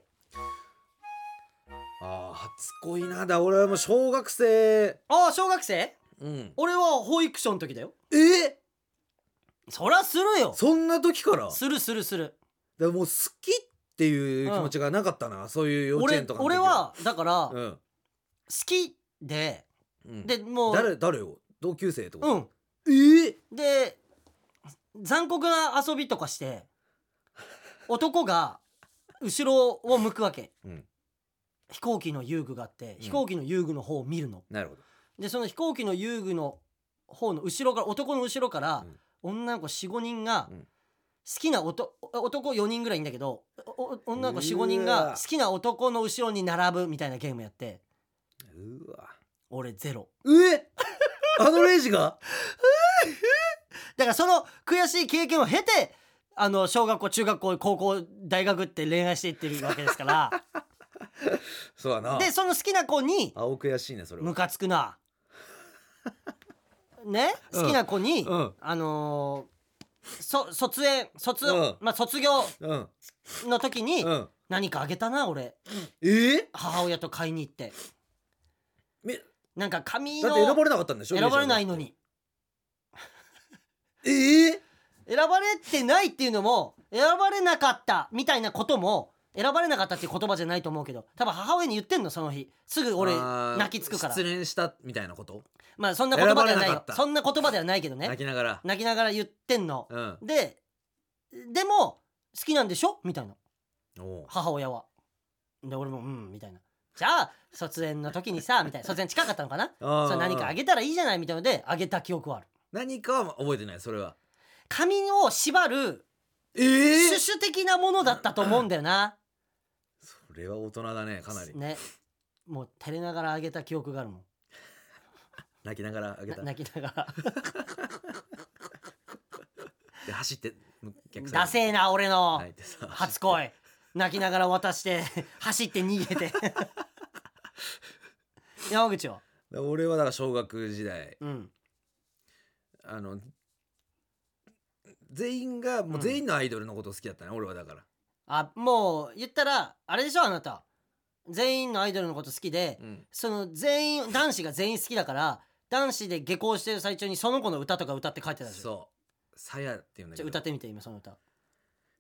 B: あー初恋なだ俺はもう小学生
A: ああ小学生
B: うん
A: 俺は保育所の時だよ
B: えー、
A: そらするよ
B: そんな時からだか
A: するするする
B: らもう好きっていう気持ちがなかったな、そういう幼稚園
A: 俺
B: とかの時
A: 俺はだから、
B: う
A: 好
B: ん、
A: きで
B: うん、
A: でもう
B: 誰誰よ同級生ってこと
A: う
B: か、
A: ん
B: えー、
A: で残酷な遊びとかして男が後ろを向くわけ、
B: うん
A: 飛行機の遊具があって
B: ん
A: 飛行機の遊具の方を見るの、
B: なるほど
A: でその飛行機の遊具の方の後ろから男の後ろから、女の子45人が、
B: うん
A: 好きな男男4人ぐらいいんだけどおお女の子45人
B: うわ
A: が好きな男の後ろに並ぶみたいなゲームやって
B: うわ
A: 俺ゼロ
B: え あのレイジが
A: だからその悔しい経験を経てあの小学校中学校高校大学って恋愛していってるわけですから
B: そうだな
A: でその好きな子に
B: 青悔しいねそれは
A: ムカつくなね好きな子に、
B: うん
A: あのーそ卒園卒、
B: うん
A: まあ、卒業
B: うん
A: の時に
B: うん
A: 何かあげたな俺
B: えー、
A: 母親と買いに行って
B: め
A: なんか紙
B: だ
A: の
B: って選ばれなかったんでしょ
A: 選ばれないのに
B: レイジはえ
A: 選ばれてないっていうのも選ばれなかったみたいなことも選ばれなかったっていう言葉じゃないと思うけど多分母親に言ってんのその日すぐ
B: ー、
A: 俺
B: あー
A: 泣きつくから
B: 失恋したみたいなこと
A: まあそんな言葉ではない
B: 選ばれなか
A: よ
B: った
A: そんな言葉ではないけど
B: 泣
A: ね
B: きながら
A: 泣きながら言ってんの
B: うん
A: ででも好きなんでしょみたいな
B: おう
A: 母親はで俺もうんみたいなじゃあ卒園の時にさみ たいな卒園近かったのかな
B: あー
A: それ何かあげたらいいじゃないみたいのであげた記憶はある
B: 何かは覚えてないそれは
A: 髪を縛る
B: え
A: 種々的なものだったと思うんだよな
B: それは大人だねかなり
A: ねもう垂れながら上げた記憶があるもん
B: 泣きながらあげ
A: な
B: た
A: 泣きな がら
B: で走って
A: 「
B: 逆
A: ダせえな俺の
B: 泣いてさ
A: 初恋」泣きながら渡して 走って逃げて山口を
B: で 俺はだから小学時代
A: うん
B: あの全員がもう全員のアイドルのこと好きだったね、俺はだから、
A: あもう言ったらあれでしょあなた全員のアイドルのこと好きで、
B: うん、
A: その全員男子が全員好きだから男子で下校してる最中にその子の歌とか歌って書いてたでしょ
B: そうさやっていうんだ
A: ち
B: け
A: ょ
B: ど
A: 歌ってみて今その歌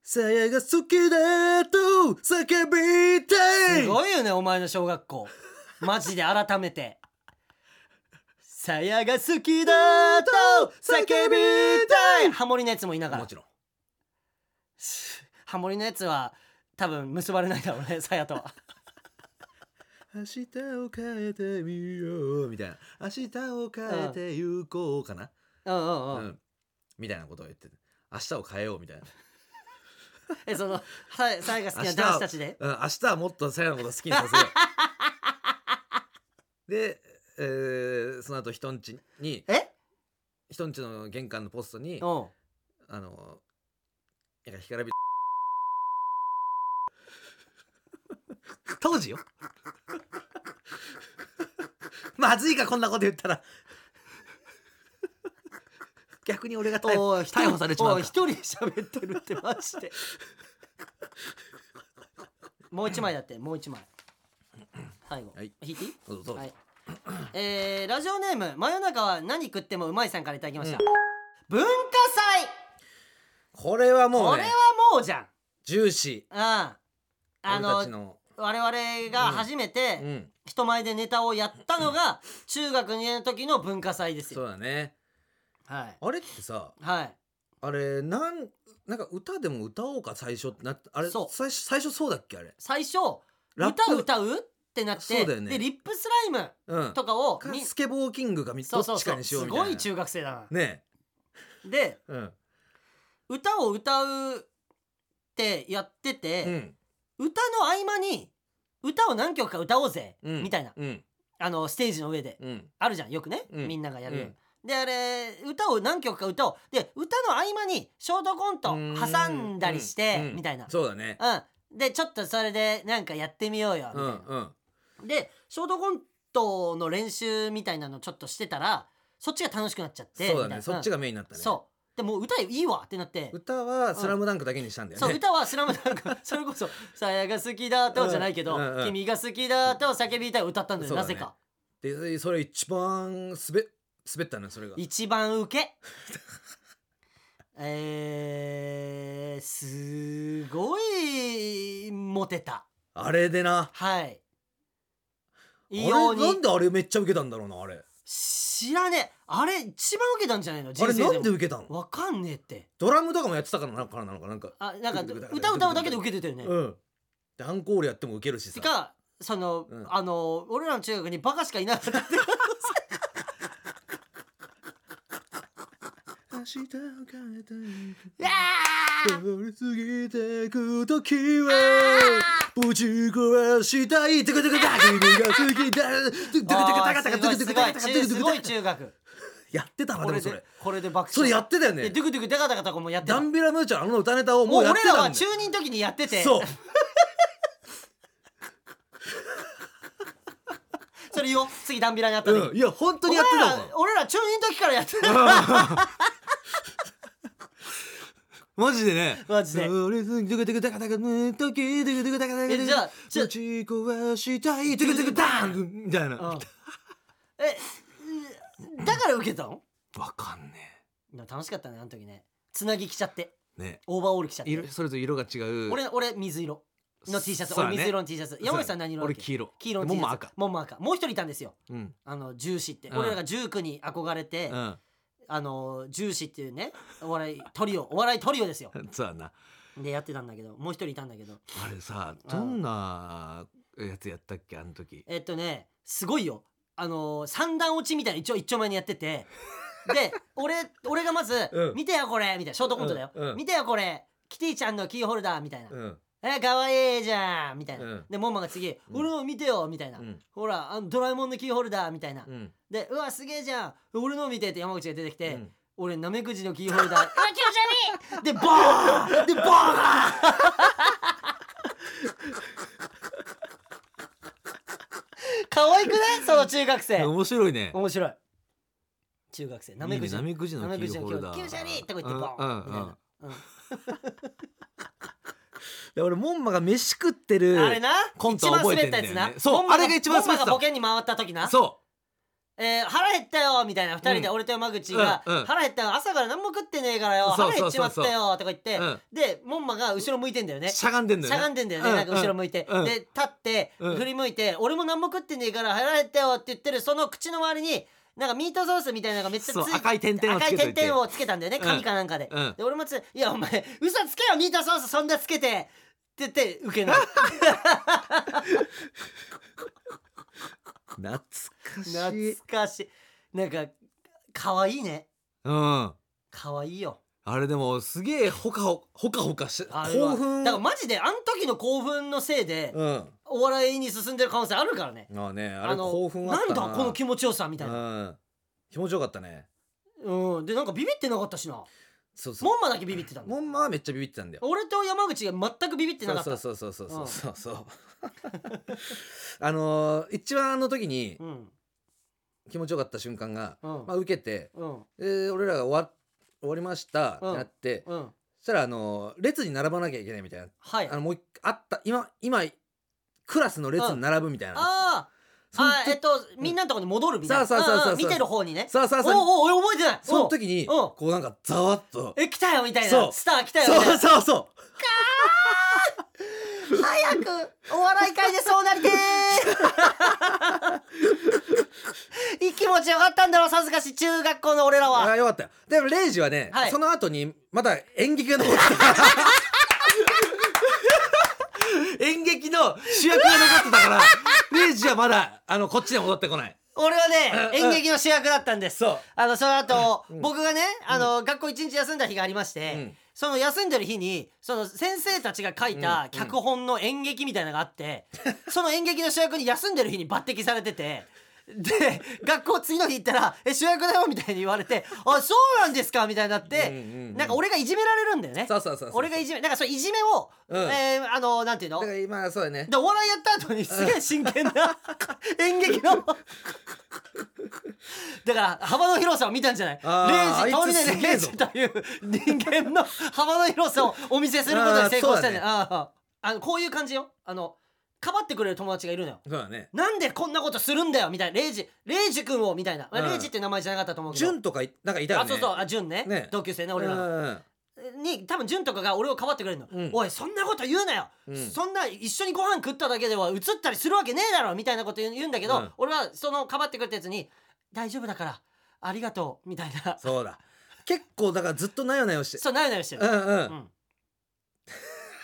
B: さやが好きだと叫びたい
A: すごいよねお前の小学 校マジで改めてさやが好きだと叫びたいハモリのやつもいなが
B: も
A: ら
B: ちろん
A: ハモリのやつは多分結ばれないだろう ねさやとは
B: 明日を変えてみようみたいな明日を変えてゆこうかな、
A: うんう
B: う
A: ん
B: ん
A: うん
B: みたいなことを言ってて明日を変えようみたいな
A: えそのさやさやが好きな男子たちで
B: うん明日はもっとさやのこと好きにさせよ うで、えーその後人んちに
A: え
B: 人んちの玄関のポストに
A: うん
B: あのなんか干からび当時よ まずいかこんなこと言ったら逆に俺が逮捕
A: おい一人
B: 逮捕されちまう
A: おい
B: か
A: 一人で喋ってるってマジで もう一枚だってもう一枚最後、
B: はい
A: 引いていい
B: どうぞどうぞ
A: はい、えー、ラジオネーム真夜中は何食ってもうまいさんからいただきました、文化祭
B: これはも
A: こ
B: う
A: れ
B: ね
A: はもうじゃん、
B: ジューシ
A: うんあ
B: ー俺た
A: の
B: ちの
A: 我々が初め
B: う
A: て
B: ん
A: 人前でネタをやったのが中学2年の時の文化祭です
B: そ
A: よ
B: うだね
A: はい
B: あれってさ
A: はい
B: あれなんなんか歌でも歌おうか最初ってなってあれ
A: そう
B: 最初最初そうだっけあれ
A: 最初
B: ラップ
A: 歌歌うってなっ
B: そ
A: て
B: うだよね
A: でリップスライ
B: うん
A: ムとかを
B: か
A: み
B: スケボーキングかみど
A: そう
B: っ
A: そう
B: ちか
A: そう
B: にしよう
A: す
B: みたいな
A: ごい中学生だな、
B: ね
A: で
B: えうん
A: 歌を歌うってやってて、
B: うん
A: 歌の合間に歌を何曲か歌おうぜ、
B: うん
A: みたいな
B: うん
A: あのステージの上で
B: うん
A: あるじゃんよくね、
B: うん
A: みんながやる、
B: うん
A: であれ歌を何曲か歌おうで歌の合間にショートコント挟んだりして、
B: うんうん
A: みたいな
B: そうだね
A: うんでちょっとそれでなんかやってみようよみ
B: う
A: たい
B: ん
A: な、
B: うん
A: でショートコントの練習みたいなのちょっとしてたらそっちが楽しくなっちゃって
B: そう
A: み
B: だ
A: たい
B: ね
A: な
B: そっちがメインになっ
A: う
B: た
A: ん
B: ね
A: そうでもう歌いいわってなって
B: 歌はスラムダンクだけにしたんだよね
A: そう歌は「スラムダンク それこそ「さやが好きだと」じゃないけど
B: うんうん
A: 「
B: うん
A: 君が好きだと」叫びたい歌ったんだよ
B: そうだ
A: な
B: ね
A: ぜか
B: でそれ一番すべ滑ったねそれが
A: 一番ウケ えー、すごいモテた
B: あれでな
A: はい
B: あ
A: 異
B: れ
A: 様
B: なん
A: に
B: であれめっちゃ受けたんだろうなあれ
A: 知らねえあれ一番ウケたんじゃないの
B: あ
A: 人
B: れ
A: 生で
B: なんで
A: も
B: 受けたの
A: わかんねえって
B: ドラムとかもやってたからなからなのかなんか
A: あなんか
B: ドゥクドゥク
A: 歌歌うだけでウケてたよね
B: うんでアンコールやっても受けるしてさ
A: かその、
B: うん
A: あの俺らの中学にバカしかいなかったって
B: 明日を変えたい
A: いやー
B: 通り過ぎてく時はぶち壊したいてくてくだ君が好きだてくてくたかたかてくてくたかたかてくて
A: す
B: く
A: ごい
B: たか
A: 中学
B: やってたな
A: こ
B: で
A: れ
B: もそれ
A: でこれで爆笑
B: それやってたよ
A: で
B: ね
A: ドゥクドゥクデカダカとかもやって
B: ダ
A: たも
B: ンビラムーチョあの歌ネタをも
A: う
B: うやって
A: 俺ら
B: た
A: は
B: んだ
A: 中
B: よ
A: 二の時にやってて
B: そう
A: それ言おう次ダンビラにあった時、
B: うんいや本当にやってたもん
A: 俺ら俺ら中二の時からやってた
B: マジでね
A: マジで
B: 通り過ぎてくてくたかたかの時てくてくたかたか
A: えじゃあじゃあ
B: ぶち壊したいてくてくだみたいな
A: うん
B: わ
A: えうんだから受けたの
B: かんね
A: でも楽しかったねあの時ねつなぎ着ちゃって
B: えね
A: オーバーオール着ちゃって
B: 色それぞれ色が違う
A: 俺俺水色の T シャツ、
B: そうだ
A: 俺
B: ね
A: 水色の T シャツ山口さん何色だっ
B: 俺
A: け
B: 黄色
A: 黄色の
B: で
A: T シャツ
B: もも赤
A: もも赤もう一人いたんですよ
B: うん
A: あの重視って、
B: うん
A: 俺らが重九に憧れて、
B: うん
A: あの重視っていうねお笑いトリオお笑いトリオですよ
B: そうだな
A: でやってたんだけどもう一人いたんだけど
B: あれさ
A: うん
B: どんなやつやったっけあの時
A: えっとねすごいよあのー三段落ちみたいな一丁一丁前にやっててで俺俺がまず「
B: うん
A: 見てよこれ」みたいなショートコントだよ「
B: うんうん
A: 見てよこれキティちゃんのキーホルダー」みたいな、
B: うん
A: え可愛いじゃんみたいな、
B: うん
A: でモンマが次、
B: うん
A: 俺の見てよみたいな、
B: うん
A: ほらあのドラえもんのキーホルダーみたいな、
B: うん
A: でうわすげえじゃん俺の見てって山口が出てきて、
B: うん
A: 俺ナメクジのキーホ ルダーうわ気持ち悪いでボーンでボーン可愛くないその中学生
B: 面白いね
A: 面白い中学生ナメ
B: いい
A: ク
B: ね
A: ジ
B: ナメクジのキーホルダー
A: ナメクジのキーホルダー気持ち悪いとか言ってボ
B: う
A: ー
B: ん
A: ンみ
B: うん
A: た
B: う
A: い
B: ん
A: な、うん
B: で俺門馬が飯食ってる
A: あれな
B: コントは覚えてんだよね
A: 一番滑ったやつな
B: そう
A: ボンバ
B: あれが一番滑っ
A: ボン
B: た
A: バがボケに回った時な
B: そ
A: えー腹減ったよみたいな2人で
B: うん
A: 俺と山口が、
B: うんうん
A: 腹減ったよ朝から何も食ってねえからよ
B: そう
A: 腹減
B: そ
A: っ
B: う
A: ちま
B: そう
A: った
B: そう
A: よとか言って、
B: うん
A: で門馬が後ろ向いてんだよ
B: う
A: ね
B: しゃがんでんだよ
A: しゃ
B: ね
A: がんでんだよね、
B: うん
A: なんか後ろ向いて、
B: うん
A: で立って、
B: うん
A: 振り向いて俺も何も食ってねえから腹減ったよって言ってるその口の周りになんかミートソースみたいなのがめっちゃつ
B: そう赤い点々をつ
A: 赤
B: け
A: い
B: といて
A: 点々をつけたんだよね
B: うん
A: 紙かなんかで、
B: うん
A: で俺もつ「いやお前嘘つけよミートソースそんなつけて」って言って受け ない
B: 懐かしい
A: 懐かしいなんか可愛いね
B: うん
A: 可愛いよ
B: あれでもすげえほかほほかほかして
A: あれは
B: 興奮
A: だからマジであの時の興奮のせいで
B: うん
A: お笑いに進んでる可能性あるからね
B: まあねあ
A: あ
B: れ
A: の
B: 興奮あったな
A: なんだこの気持ちよさみたいな
B: うん気持ちよかったね
A: うんでなんかビビってなかったしな
B: そうそう
A: 門馬だけビビってたんだ
B: モンマはめっちゃビビってたんだよ
A: 俺と山口が全くビビってなかった
B: そうそうそうそうそうそうそう そうあのー一番あの時に
A: うん
B: 気持ちよかった瞬間が、
A: うん
B: まあ、受けて、
A: うん
B: えー俺らが終わ終わりましたって
A: うん
B: なって、
A: うん
B: そしたらあのー列に並ばなきゃいけないみたいな、
A: はい
B: あ
A: あ
B: のもう一あった今今クラスの列に並ぶみたいな、
A: あー
B: その
A: あーえっとみんなのとこに戻るみたいな
B: そうそうそうそうそうん
A: ん見てる方にね
B: さあさ
A: お
B: あ
A: う
B: さあ
A: おう俺覚えてない
B: その時
A: うん
B: にこうなんかざわっと
A: おうえ来たよみたい
B: そ
A: な
B: う
A: スター来たよみたい
B: そ
A: な
B: うそうそう
A: 早くお笑い界でそうなりてー いい気持ちよかったんだろさずかし中学校の俺ら
B: あ
A: は
B: あよかったよでもレイジはね、
A: はい
B: その後にまだ演劇が残って た演劇の主役が残ってたからレイジはまだあのこっちで戻ってこない
A: 俺はね
B: うん
A: 演劇の主役だったんです
B: そう
A: あのその後、
B: うん
A: 僕がねあの、学校一日休んだ日がありまして、
B: うん
A: その休んでる日にその先生たちが書いた脚本の演劇みたいなのがあ って、その演劇の主役に休んでる日に抜擢されてて。で学校次の日行ったら「え主役だよ」みたいに言われて「あそうなんですか」みたいになって、
B: うんうんうん
A: なんか俺がいじめられるんだよね
B: そうそうそうそう
A: 俺がいじめなんかそれいじめを、
B: うん
A: えーあのなんていうの
B: だから今そうだね
A: でお笑いやった後にすげえ真剣な演劇のだから幅の広さを見たんじゃない
B: あー
A: レイジ
B: あ
A: 通
B: い
A: り
B: つ
A: ないレイジ
B: す
A: という人間の幅の広さをお見せすることに成功したんじゃないあーあのこういう感じよあのかばってくれる友達がいるのよ
B: そうだね
A: なんでこんなことするんだよみたいなレイジレイジ君をみたいな、まあ
B: うん
A: レイジって名前じゃなかったと思うけど
B: 潤とかいなんかいたよ
A: あ
B: ね
A: そうそうあ潤ね
B: ね
A: 同級生ね俺らの
B: うん
A: に多分潤とかが俺をかばってくれるの、
B: うん
A: おいそんなこと言うなよ、
B: うん
A: そんな一緒にご飯食っただけでは映ったりするわけねえだろみたいなこと言う言うんだけど、
B: うん
A: 俺はそのかばってくれたやつに「大丈夫だからありがとう」みたいな
B: そうだ結構だからずっとなよなよして
A: そうなよなよして
B: う
A: る、
B: んうん、
A: うん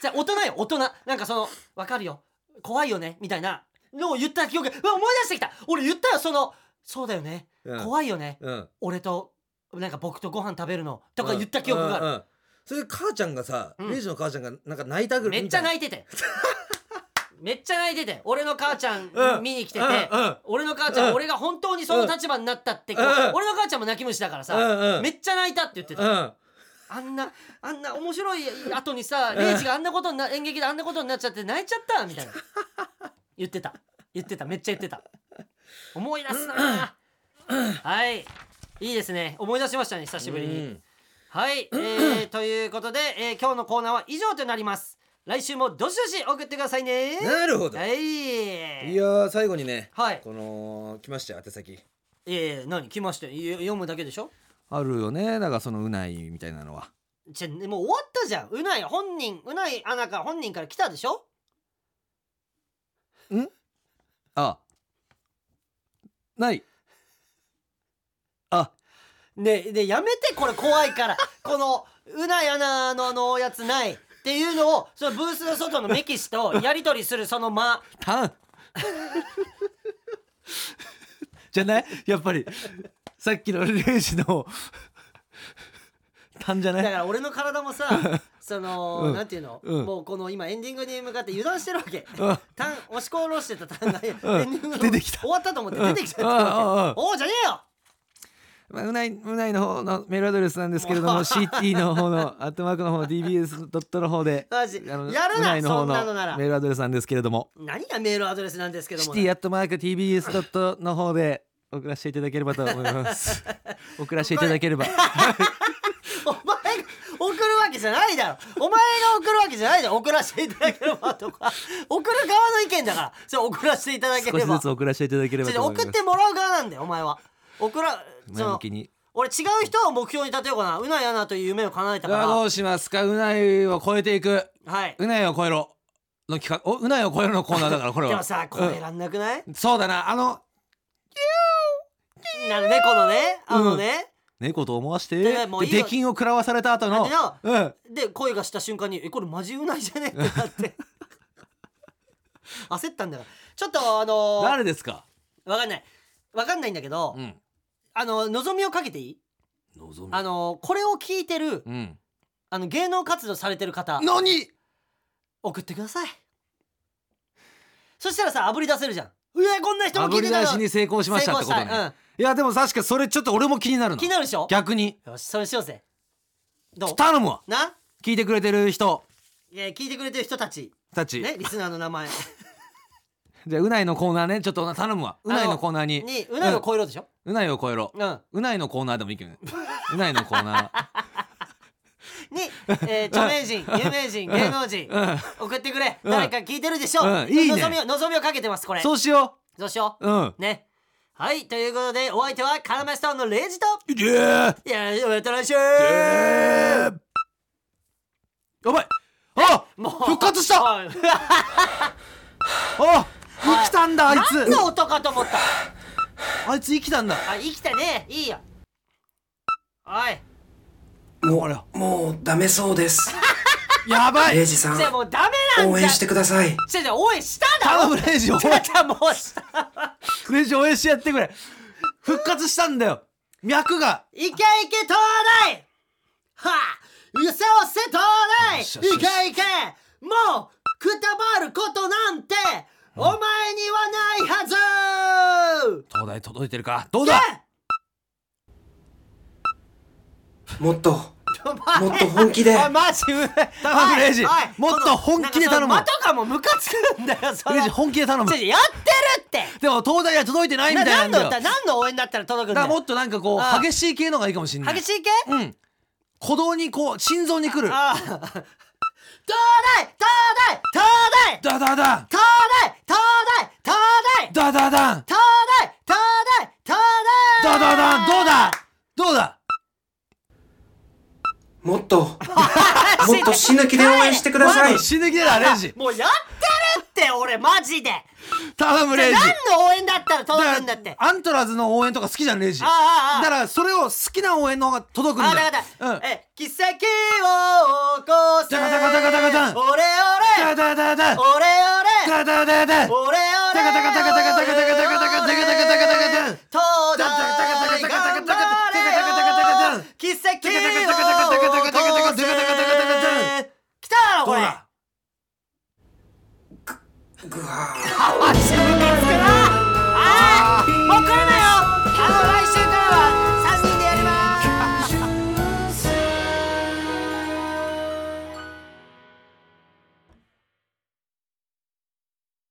A: じゃあ大人よ大人なんかその「わかるよ怖いよね」みたいなのを言った記憶がうわ思い出してきた俺言ったよその「そうだよね、
B: うん
A: 怖いよね
B: うん、
A: 俺となんか僕とご飯食べるの」とか言った記憶がある、
B: うんうんそれで母ちゃんがさ、
A: うん
B: レイジの母ちゃんがなんか泣いたぐら
A: めっちゃ
B: みたい
A: 泣いて てめっちゃ泣いてて俺の母ちゃん
B: うん
A: 見に来てて、
B: うんうん
A: 俺の母ちゃん、
B: うん
A: 俺が本当にその立場になったって、
B: うんうん
A: 俺の母ちゃんも泣き虫だからさ、
B: うんうん
A: めっちゃ泣いたって言ってた、
B: な
A: あんなあんな面白い後にさレイジがあんなことにな演劇であんなことになっちゃって泣いちゃったみたいな言ってた言ってためっちゃ言ってた思い出すなはいいいですね思い出しましたね久しぶりに。
B: うん
A: はい、えー、 ということで、えー、今日のコーナーは以上となります来週もどしどし送ってくださいね
B: うんなるほど、
A: はい
B: いやー最後にね、
A: はい
B: この来ましたよ宛先
A: えー、何来ましたよよ読むだけでしょ
B: あるよねだからそのうないみたいなのは
A: じゃあもう終わったじゃんうない本人うないあなか本人から来たでしょ
B: あないあ
A: ねえねえやめてこれ怖いから このうないアナのあのやつないっていうのをそのブースの外のメキシとやり取りするその間
B: た んじゃないやっぱりさっきのレイジのたんじゃ
A: だ
B: な
A: か
B: い
A: ら俺の体も さその、
B: うん
A: なんていうの、
B: うん
A: もうこの今エンディングに向かって油断してるわけ
B: うん
A: タン押し殺してたタンが、
B: ん
A: エンディングの
B: 出てきた
A: 終わったと思って
B: うん
A: 出てきちゃった
B: うんうんう
A: わ
B: ん
A: け、おおじゃねえよ
B: まあ、うないうないの方のメールアドレスなんですけれど も CT の方のアットマークの方 DBS ドットの方 で
A: マジ
B: あの
A: やる
B: う
A: な
B: ないの
A: そ
B: 方
A: ん
B: の
A: なのなら
B: メールアドレスなんですけれども
A: 何がメールアドレスなんですけど
B: シ
A: も
B: ティアットマーク TBS ドットの方で送らせていただければと思います 送らせていただければ
A: お前が送るわけじゃないだろお前が送るわけじゃないだろ送らせていただければと か送る側の意見だからそれ送らせていただけ
B: 少
A: れ
B: し
A: ば
B: ずつ送らせていただければ
A: 違
B: と
A: う
B: 思いま
A: 送
B: す
A: ってもらう側なんだよお前は送らそ
B: 前向
A: の
B: きに
A: 俺違う人を目標に立てようかなうないアナという夢を叶えた
B: じゃあど
A: か
B: うしますかうないを超えていく
A: らはいう
B: ないを超えろの企画おうないを超えろのコーナーだからこれ
A: で
B: は
A: もさ超えらんなくない、
B: うんそうだなあの
A: なる猫のねあのね、
B: 猫と思わして
A: でもう
B: で
A: いいよ
B: 出禁を食らわされた後の
A: だ
B: うん
A: で声がした瞬間に「えこれマジうないじゃね?」ってなって 焦ったんだからちょっとあのー、
B: 誰ですか
A: わかんないわかんないんだけど、
B: うん
A: あの望みをかけていい
B: 望み
A: あのーこれを聞いてる
B: うん
A: あの芸能活動されてる方
B: 何
A: 送ってくださいそしたらさあぶり出せるじゃんうわこんな人も聞
B: 炙
A: い
B: り
A: てた
B: 出
A: の
B: しに成功しましたってこと
A: 成功したい
B: ねいやでも確かにそれちょっと俺も気になる
A: うん、
B: の
A: 気になるでしょ
B: 逆に
A: よしそれしようぜどう
B: 頼むわ
A: な
B: 聞いてくれてる人
A: いや聞いてくれてる人たち
B: たち、
A: ねリスナーの名前
B: じゃあうないのコーナーねちょっと頼むわうないのコーナーに
A: にうなを超えろでしょ、
B: うないを超えろ
A: うん
B: うないのコーナーでもいいけどねうないのコーナ
A: に、えー、著名人有名人芸能人
B: ー、
A: 送ってくれ
B: うん
A: 誰か聞いてるでしょ
B: うんいいね
A: 望みを望みをかけてますこ
B: う
A: れ
B: ん、そうしよ
A: どうしよ
B: ううん
A: うねはいということでお相手はカラメスターンのレイジと
B: いや
A: いやーまた来週
B: ーやばいあ
A: もう
B: 復活した
A: おいな
B: あ生きたんだあいつ
A: んの音かと思った
B: あいつ生きたんだ
A: あ生きたねいいよおい
B: もう
C: もうダメそうです。
B: やば
C: レイ
B: い
C: ジさ
A: じゃあ
C: ん、
A: もうダメなん
C: 応
A: じゃ
C: 援してください。
A: じゃあじゃあ応援しただろ
B: 頼むレイジ応
A: じゃあ
B: 援
A: じゃあもうした
B: レイジ応援してやってくれ復活したんだよ脈が
A: いけいけ東大はあうせおせ東大
B: よしよしよし
A: いけいけもうくたばることなんてお前にはないはず
B: 東大届いてるかどう
A: い
B: だ
C: もっと、も
A: けお前
C: っと本気で。
A: おいマジうぜ
B: 頼む
A: おい
B: レイジ
A: おい
B: もっと本気で頼む
A: なんかその間とかもムカつくんだよそれ
B: レイジ本気で頼む
A: ちょちょやってるって
B: でも東大には届いてないみ
A: な
B: た
A: 何
B: いなん
A: の
B: だよ
A: 歌何の応援だったら届くん
B: だ
A: だ
B: からも
A: よ
B: っとなんかこ
A: ああ
B: う激しい系のがいいかもしれない
A: 激しい系
B: うん鼓動にこう心臓にくる
A: ああ東大東大東大
B: ダダダン
A: 東大東大東大
B: ダダダン
A: 東大東大東
B: ダ
A: 大
B: ダダンどうだどうだ
C: もっと、もっと死ぬ気で応援してください
B: まだ。死ぬ気だなレイジ
A: もうやってるって俺マジで
B: 頼むレイジ
A: 何の応援だったら届くんだってあ
B: アントラーズの応援とか好きじゃんレイジ
A: あ
B: だ
A: ああ
B: からそれを好きな応援の方が届くん
A: あ
B: だ
A: だ
B: よ
A: から、
B: うん
A: え奇跡を起こせ
B: ダカダカダカダカダン
A: オレオレ
B: ダダダダン
A: オレオレ
B: ダダダダン
A: オレオレ
B: ダカダカダカダカダカダカダカダカダカダカダカダン
A: 東大頑張れよ奇跡を起